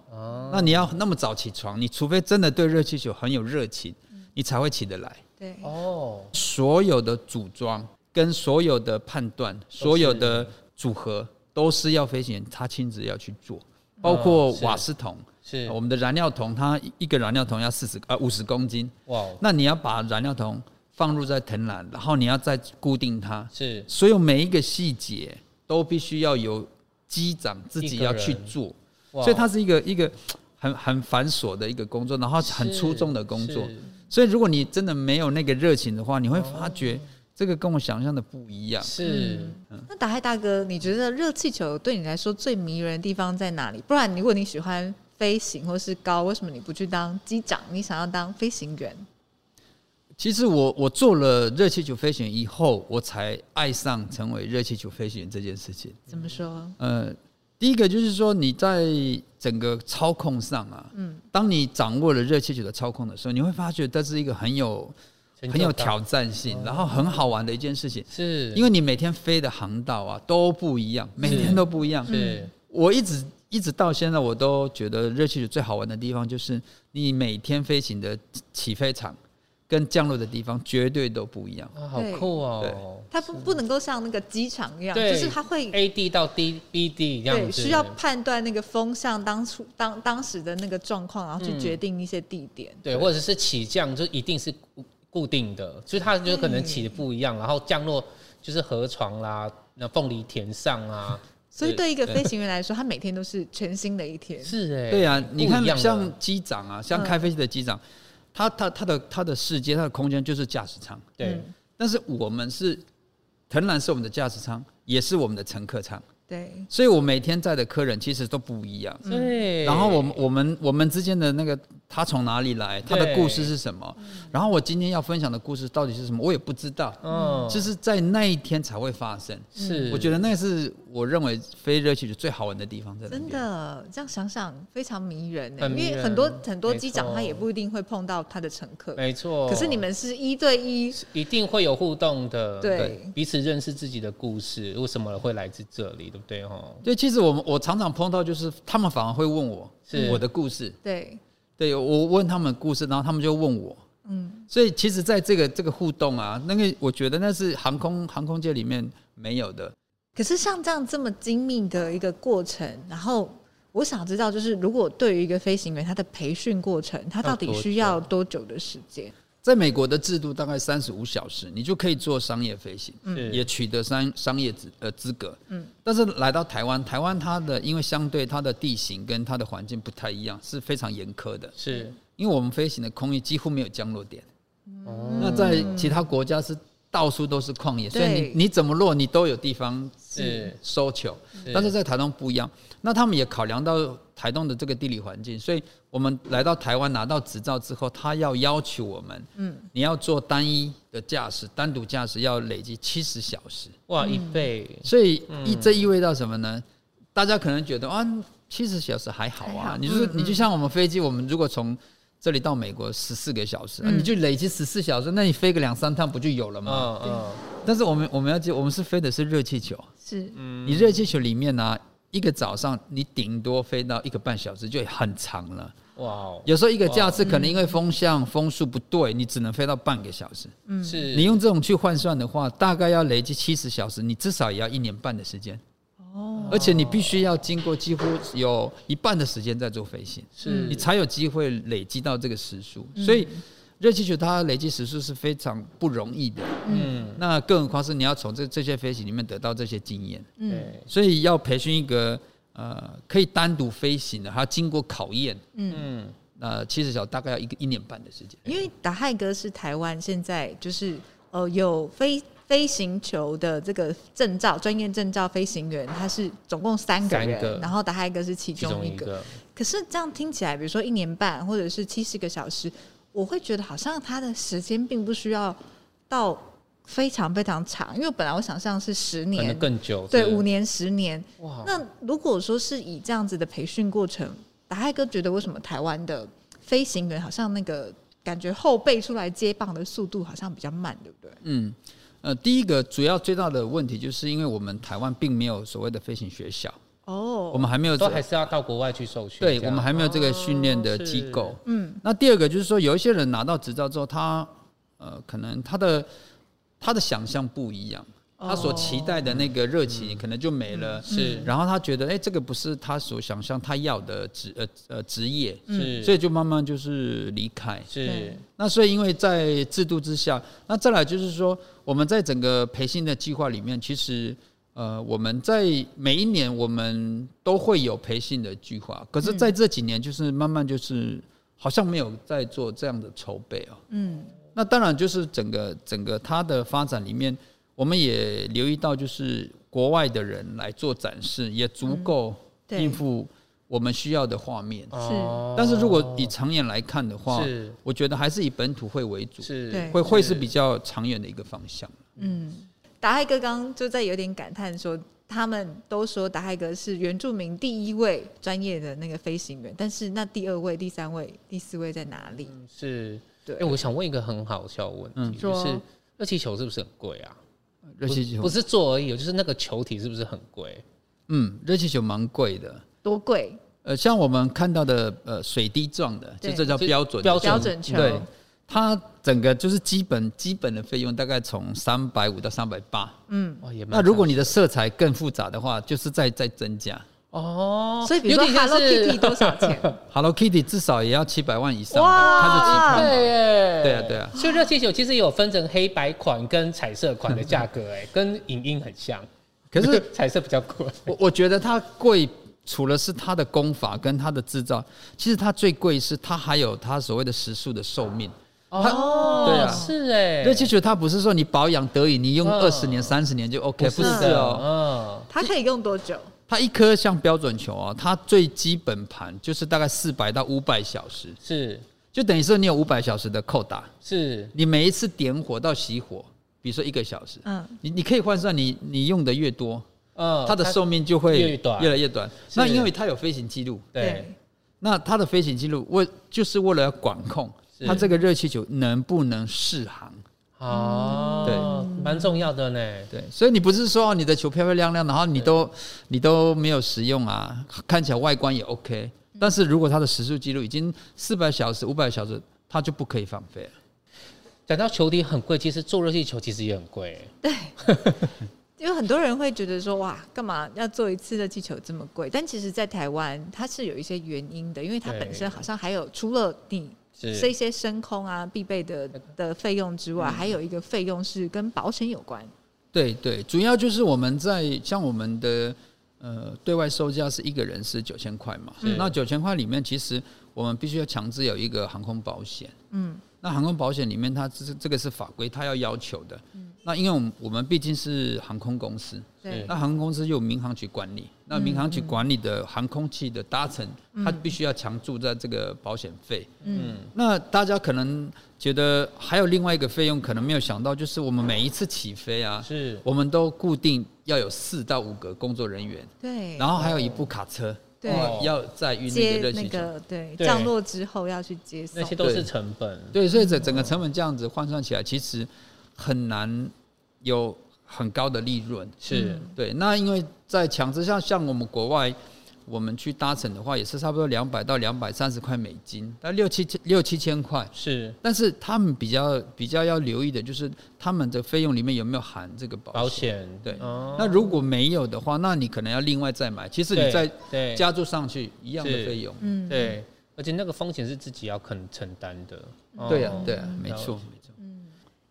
[SPEAKER 4] 那你要那么早起床，你除非真的对热气球很有热情，你才会起得来。
[SPEAKER 2] 对，
[SPEAKER 3] 哦，
[SPEAKER 4] 所有的组装跟所有的判断，所有的组合都是要飞行员他亲自要去做，包括
[SPEAKER 3] 嗯是
[SPEAKER 4] 瓦斯桶，
[SPEAKER 3] 是
[SPEAKER 4] 我们的燃料桶，它一个燃料桶要四十呃五十公斤，
[SPEAKER 3] 哇哦，
[SPEAKER 4] 那你要把燃料桶放入在藤篮，然后你要再固定它，
[SPEAKER 3] 是
[SPEAKER 4] 所有每一个细节都必须要由机长自己要去做，
[SPEAKER 3] 哇
[SPEAKER 4] 所以它是一个一个很很繁琐的一个工作，然后很出众的工作
[SPEAKER 3] 是。
[SPEAKER 4] 所以如果你真的没有那个热情的话，你会发觉这个跟我想象的不一样。
[SPEAKER 3] 是
[SPEAKER 4] 嗯
[SPEAKER 2] 那达海大哥，你觉得热气球对你来说最迷人的地方在哪里？不然，如果你喜欢飞行或是高，为什么你不去当机长？你想要当飞行员？
[SPEAKER 4] 其实我我做了热气球飞行员以后，我才爱上成为热气球飞行员这件事情。
[SPEAKER 2] 怎么说？
[SPEAKER 4] 呃，第一个就是说你在整个操控上啊，嗯，当你掌握了热气球的操控的时候，你会发觉这是一个很有
[SPEAKER 3] 成就
[SPEAKER 4] 很有
[SPEAKER 3] 感
[SPEAKER 4] 挑战哦性，然后很好玩的一件事情。
[SPEAKER 3] 是，
[SPEAKER 4] 因为你每天飞的航道啊都不一样，每天都不一样。
[SPEAKER 3] 是
[SPEAKER 4] 我一直一直到现在，我都觉得热气球最好玩的地方就是你每天飞行的起飞场跟降落的地方绝对都不一样。
[SPEAKER 3] 啊，好酷哦。
[SPEAKER 2] 他不不能够像那个机场一样，
[SPEAKER 3] 对
[SPEAKER 2] 就是他会
[SPEAKER 3] A D 到 D B D 这样
[SPEAKER 2] 对，
[SPEAKER 3] 子，
[SPEAKER 2] 需要判断那个风向当初当当时的那个状况，然后去决定一些地点。
[SPEAKER 3] 对，或者是起降就一定是固固定的，所以它
[SPEAKER 2] 嗯
[SPEAKER 3] 就可能起的不一样，然后降落就是河床啦、那凤梨田上啊、
[SPEAKER 2] 所以对一个飞行员来说，他每天都是全新的一天。
[SPEAKER 3] 是哎、
[SPEAKER 4] 对
[SPEAKER 3] 呀、
[SPEAKER 4] 啊，你
[SPEAKER 3] 不
[SPEAKER 4] 看
[SPEAKER 3] 一样的嗯
[SPEAKER 4] 像机长啊，像开飞机的机长，他他他的他的世界，他的空间就是驾驶舱，
[SPEAKER 3] 对、
[SPEAKER 2] 嗯
[SPEAKER 4] 但是我们是腾然是我们的驾驶舱，也是我们的乘客舱，
[SPEAKER 2] 对，
[SPEAKER 4] 所以我每天载的客人其实都不一
[SPEAKER 2] 嗯
[SPEAKER 4] 样。
[SPEAKER 3] 对，
[SPEAKER 4] 然后我们我们我们之间的那个他从哪里来，他的故事是什么？然后我今天要分享的故事到底是什么，我也不知道。
[SPEAKER 3] 嗯
[SPEAKER 4] 就是在那一天才会发生，
[SPEAKER 3] 是
[SPEAKER 4] 我觉得那是我认为飞热气球最好玩的地方在那边
[SPEAKER 2] 真的这样想想非常迷人呢、
[SPEAKER 3] 很
[SPEAKER 2] 因
[SPEAKER 3] 迷
[SPEAKER 2] 为
[SPEAKER 3] 人
[SPEAKER 2] 很多很多机
[SPEAKER 3] 没
[SPEAKER 2] 长
[SPEAKER 3] 错
[SPEAKER 2] 他也不一定会碰到他的乘客，
[SPEAKER 3] 没错。
[SPEAKER 2] 可是你们是一对一，
[SPEAKER 3] 一定会有互动的，
[SPEAKER 2] 对
[SPEAKER 3] 彼此认识自己的故事，为什么会来自这里，对不对？哈，
[SPEAKER 4] 对，其实我们我常常碰到，就是他们反而会问我
[SPEAKER 3] 是
[SPEAKER 4] 我的故事，
[SPEAKER 2] 对，
[SPEAKER 4] 对我问他们故事，然后他们就问我，
[SPEAKER 2] 嗯，
[SPEAKER 4] 所以其实在这个这个互动啊，那个我觉得那是航空航空界里面没有的。
[SPEAKER 2] 可是像这样这么精密的一个过程，然后我想知道，就是如果对于一个飞行员，他的培训过程，他到底需要多久的时间？
[SPEAKER 4] 在美国的制度大概三十五小时，你就可以做商业飞行，
[SPEAKER 3] 是
[SPEAKER 4] 也取得商商业资呃资格。
[SPEAKER 2] 嗯，
[SPEAKER 4] 但是来到台湾，台湾它的因为相对它的地形跟它的环境不太一样，是非常严苛的。
[SPEAKER 2] 嗯
[SPEAKER 3] 是
[SPEAKER 4] 因为我们飞行的空域几乎没有降落点，
[SPEAKER 2] 嗯
[SPEAKER 3] 哦
[SPEAKER 4] 那在其他国家是到处都是旷野，所以
[SPEAKER 2] 对
[SPEAKER 4] 你你怎么落你都有地方
[SPEAKER 3] 是
[SPEAKER 4] 收球
[SPEAKER 3] 是，
[SPEAKER 4] 但是在台东不一样。那他们也考量到台东的这个地理环境，所以我们来到台湾拿到执照之后，他要要求我们，嗯，你要做单一的驾驶，单独驾驶要累积七十小时，
[SPEAKER 2] 嗯
[SPEAKER 3] 哇，一倍、
[SPEAKER 4] 所以意这意味到什么呢？大家可能觉得啊，七十小时还好
[SPEAKER 2] 还
[SPEAKER 4] 啊
[SPEAKER 2] 好，
[SPEAKER 4] 你就是
[SPEAKER 2] 嗯
[SPEAKER 4] 你就像我们飞机，我们如果从这里到美国十四个小时，啊
[SPEAKER 2] 嗯
[SPEAKER 4] 你就累积十四小时，那你飞个两三趟不就有了吗？
[SPEAKER 3] 嗯嗯，
[SPEAKER 4] 但是我们我们要记，我们是飞的是热气球，
[SPEAKER 2] 是，
[SPEAKER 4] 你热气球里面呢、一个早上你顶多飞到一个半小时就很长了，
[SPEAKER 3] 哇嗯哦，
[SPEAKER 4] 有时候一个架次可能因为风向、风速不对，你只能飞到半个小时。
[SPEAKER 2] 嗯
[SPEAKER 3] 是
[SPEAKER 4] 你用这种去换算的话，大概要累积七十小时，你至少也要一年半的时间。
[SPEAKER 2] 哦，
[SPEAKER 4] 而且你必须要经过几乎有一半的时间在做飞行，
[SPEAKER 3] 是嗯
[SPEAKER 4] 你才有机会累积到这个时速。所以热气球它累积时速是非常不容易的，
[SPEAKER 3] 嗯，
[SPEAKER 4] 那更何况是你要从这这些飞行里面得到这些经验，
[SPEAKER 2] 嗯
[SPEAKER 3] 对，
[SPEAKER 4] 所以要培训一个呃可以单独飞行的，还要经过考验，
[SPEAKER 2] 嗯，
[SPEAKER 3] 嗯，
[SPEAKER 4] 呃，七十小时大概要一个一年半的时间。
[SPEAKER 2] 因为达亥哥是台湾现在就是呃有飞。飞行球的这个证照，专业证照飞行员，他是总共三个
[SPEAKER 3] 三
[SPEAKER 2] 人，
[SPEAKER 3] 个
[SPEAKER 2] 然后达亥哥是其
[SPEAKER 3] 其
[SPEAKER 2] 中
[SPEAKER 3] 中
[SPEAKER 2] 一
[SPEAKER 3] 一
[SPEAKER 2] 个。
[SPEAKER 3] 个
[SPEAKER 2] 可是这样听起来，比如说一年半或者是七十个小时，我会觉得好像他的时间并不需要到非常非常长，因为本来我想象是十
[SPEAKER 3] 可
[SPEAKER 2] 年
[SPEAKER 3] 能，更
[SPEAKER 4] 哦
[SPEAKER 3] 久，
[SPEAKER 2] 对，
[SPEAKER 3] 是
[SPEAKER 2] 五，年、十年。
[SPEAKER 3] 哇，
[SPEAKER 2] 那如果说是以这样子的培训过程，达亥哥觉得为什么台湾的飞行员好像那个感觉后辈出来接棒的速度好像比较慢，对不对？
[SPEAKER 4] 嗯，呃，第一个主要最大的问题就是因为我们台湾并没有所谓的飞行学校，我
[SPEAKER 2] 哦，
[SPEAKER 4] 们还没有
[SPEAKER 3] 都还是要到国外去受训，
[SPEAKER 4] 对
[SPEAKER 3] 这
[SPEAKER 4] 我
[SPEAKER 3] 样
[SPEAKER 4] 们还没有这个训练的机
[SPEAKER 3] 是
[SPEAKER 4] 构。
[SPEAKER 2] 嗯，
[SPEAKER 4] 那第二个就是说，有一些人拿到执照之后，他呃，可能他的他的想象不一样，
[SPEAKER 2] 哦
[SPEAKER 4] 他所期待的那个热情可能就没了。
[SPEAKER 3] 嗯是
[SPEAKER 4] 然后他觉得，哎、这个不是他所想象他要的职呃呃职业，
[SPEAKER 2] 嗯
[SPEAKER 3] 是，
[SPEAKER 4] 所以就慢慢就是离开。
[SPEAKER 3] 是
[SPEAKER 4] 那所以，因为在制度之下，那再来就是说，我们在整个培训的计划里面，其实呃，我们在每一年我们都会有培训的计
[SPEAKER 2] 嗯
[SPEAKER 4] 划，可是在这几年就是慢慢就是好像没有在做这样的筹备哦。
[SPEAKER 2] 嗯，
[SPEAKER 4] 那当然就是整个整个它的发展里面，我们也留意到，就是国外的人来做展示，也足够
[SPEAKER 2] 嗯对
[SPEAKER 4] 应付我们需要的画面。
[SPEAKER 3] 哦
[SPEAKER 4] 但是如果以长远来看的话，
[SPEAKER 3] 是
[SPEAKER 4] 我觉得还是以本土会为主，
[SPEAKER 3] 是
[SPEAKER 2] 对
[SPEAKER 4] 会哦会是比较长远的一个方向。
[SPEAKER 2] 达亥哥刚就在有点感叹说，他们都说达亥哥是原住民第一位专业的那个飞行员，但是那第二位、第三位、第四位在哪里？
[SPEAKER 4] 嗯
[SPEAKER 3] 是。
[SPEAKER 2] 对，
[SPEAKER 3] 哎、我想问一个很好笑的问题，就
[SPEAKER 2] 说
[SPEAKER 3] 是热气球是不是很贵啊？
[SPEAKER 4] 热嗯气球
[SPEAKER 3] 不是做而已，就是那个球体是不是很贵？
[SPEAKER 4] 嗯，热气球蛮贵的。
[SPEAKER 2] 多贵？
[SPEAKER 4] 呃，像我们看到的，呃，水滴状的，就
[SPEAKER 2] 对
[SPEAKER 4] 这叫标准的
[SPEAKER 3] 标
[SPEAKER 2] 标准球
[SPEAKER 4] 对，它整个就是基本基本的费用大概从三百五到三百八。
[SPEAKER 2] 嗯，
[SPEAKER 3] 哇，哦也蛮
[SPEAKER 4] 那如果你的色彩更复杂的话，就是再再增加。
[SPEAKER 3] 哦，
[SPEAKER 2] 所以比如说
[SPEAKER 3] 有点像
[SPEAKER 2] Hello
[SPEAKER 3] 是
[SPEAKER 2] Kitty 多少钱？
[SPEAKER 4] Hello Kitty 至少也要七百万以上吧，
[SPEAKER 2] 哇
[SPEAKER 4] 它是
[SPEAKER 3] 对
[SPEAKER 4] 七
[SPEAKER 3] 耶，
[SPEAKER 4] 对啊对啊
[SPEAKER 3] 所以热气球其实有分成黑白款跟彩色款的价格，哎，跟影音很像，
[SPEAKER 4] 可
[SPEAKER 3] [laughs]
[SPEAKER 4] 是啊
[SPEAKER 3] 彩色比较贵。
[SPEAKER 4] 我我觉得它贵，除了是它的功法跟它的制造，其实它最贵是它还有它所谓的时速的寿命。
[SPEAKER 3] 哦
[SPEAKER 4] 对啊
[SPEAKER 3] 是哎，
[SPEAKER 4] 热气球它不是说你保养得宜，你用
[SPEAKER 3] 嗯
[SPEAKER 4] 二十年、三十年就 OK，
[SPEAKER 3] 不
[SPEAKER 4] 不
[SPEAKER 3] 是
[SPEAKER 4] 是
[SPEAKER 3] 的，
[SPEAKER 4] 哦。
[SPEAKER 3] 嗯，
[SPEAKER 2] 它可以用多久？
[SPEAKER 4] 它一颗像标准球啊，它最基本盘就是大概四百到五百小时，
[SPEAKER 3] 是
[SPEAKER 4] 就等于说你有五百小时的扣打，
[SPEAKER 3] 是
[SPEAKER 4] 你每一次点火到熄火，比如说一个小时，
[SPEAKER 2] 嗯，
[SPEAKER 4] 你你可以换算你你用的越多，
[SPEAKER 3] 嗯，
[SPEAKER 4] 它的寿命就会
[SPEAKER 3] 越短
[SPEAKER 4] 越来越短。
[SPEAKER 3] 是
[SPEAKER 4] 那因为它有飞行记录，
[SPEAKER 3] 对，
[SPEAKER 4] 那它的飞行记录为就是为了要管控
[SPEAKER 3] 是
[SPEAKER 4] 它这个热气球能不能适航。嗯
[SPEAKER 3] 哦，对，蛮重要的呢。
[SPEAKER 4] 对，所以你不是说你的球漂漂亮亮，然后你都你都没有使用啊，看起来外观也 OK，但是如果它的时速记录已经四百小时、五百小时，它就不可以放飞了。
[SPEAKER 3] 讲到球底很贵，其实做热气球其实也很贵。
[SPEAKER 2] [laughs] 因为很多人会觉得说，哇，干嘛要做一次热气球这么贵？但其实，在台湾它是有一些原因的，因为它
[SPEAKER 3] 对
[SPEAKER 2] 本身好像还有除了你
[SPEAKER 3] 是嗯
[SPEAKER 2] 这些升空啊必备的的费用之外，还有一个费用是跟保险有关。
[SPEAKER 4] 对对，主要就是我们在像我们的呃对外售价是一个人是九千块嘛，
[SPEAKER 2] 嗯
[SPEAKER 3] 是
[SPEAKER 4] 那九千块里面其实我们必须要强制有一个航空保险。
[SPEAKER 2] 嗯，
[SPEAKER 4] 那航空保险里面它这这个是法规，它要要求的。那因为我们我们毕竟是航空公司，
[SPEAKER 2] 嗯对
[SPEAKER 3] 是，
[SPEAKER 4] 那航空公司由民航局管理，那民航局管理的航空器的搭乘，它必须要强注在这个保险费。
[SPEAKER 2] 嗯，
[SPEAKER 4] 那大家可能觉得还有另外一个费用，可能没有想到，就是我们每一次起飞啊，
[SPEAKER 3] 是
[SPEAKER 4] 我们都固定要有四到五个工作人员，
[SPEAKER 2] 对，
[SPEAKER 4] 然后还有一部卡车，
[SPEAKER 2] 对
[SPEAKER 3] 哦
[SPEAKER 4] 要载运那个
[SPEAKER 2] 接
[SPEAKER 4] 热
[SPEAKER 2] 那
[SPEAKER 4] 气球。
[SPEAKER 2] 个对
[SPEAKER 3] 对
[SPEAKER 2] 降落之后要去接送
[SPEAKER 3] 那，些都是成本，
[SPEAKER 4] 对，所以整整个成本这样子换算起来，其实很难有很高的利润。
[SPEAKER 3] 是
[SPEAKER 4] 对，那因为在强制下，像我们国外，我们去搭乘的话，也是差不多两百到两百三十块美金，那六七千六七千块。
[SPEAKER 3] 是
[SPEAKER 4] 但是他们比较比较要留意的就是他们的费用里面有没有含这个保
[SPEAKER 3] 保
[SPEAKER 4] 险。
[SPEAKER 3] 险，
[SPEAKER 4] 对，
[SPEAKER 3] 哦
[SPEAKER 4] 那如果没有的话，那你可能要另外再买。其实你
[SPEAKER 3] 对
[SPEAKER 4] 再
[SPEAKER 3] 对
[SPEAKER 4] 加注上去一样的
[SPEAKER 3] 是
[SPEAKER 4] 费用。
[SPEAKER 2] 嗯，
[SPEAKER 3] 对，而且那个风险是自己要肯承担的。哦
[SPEAKER 4] 嗯对呀、对呀、啊没
[SPEAKER 3] 了
[SPEAKER 4] 错
[SPEAKER 3] 解
[SPEAKER 4] 没错。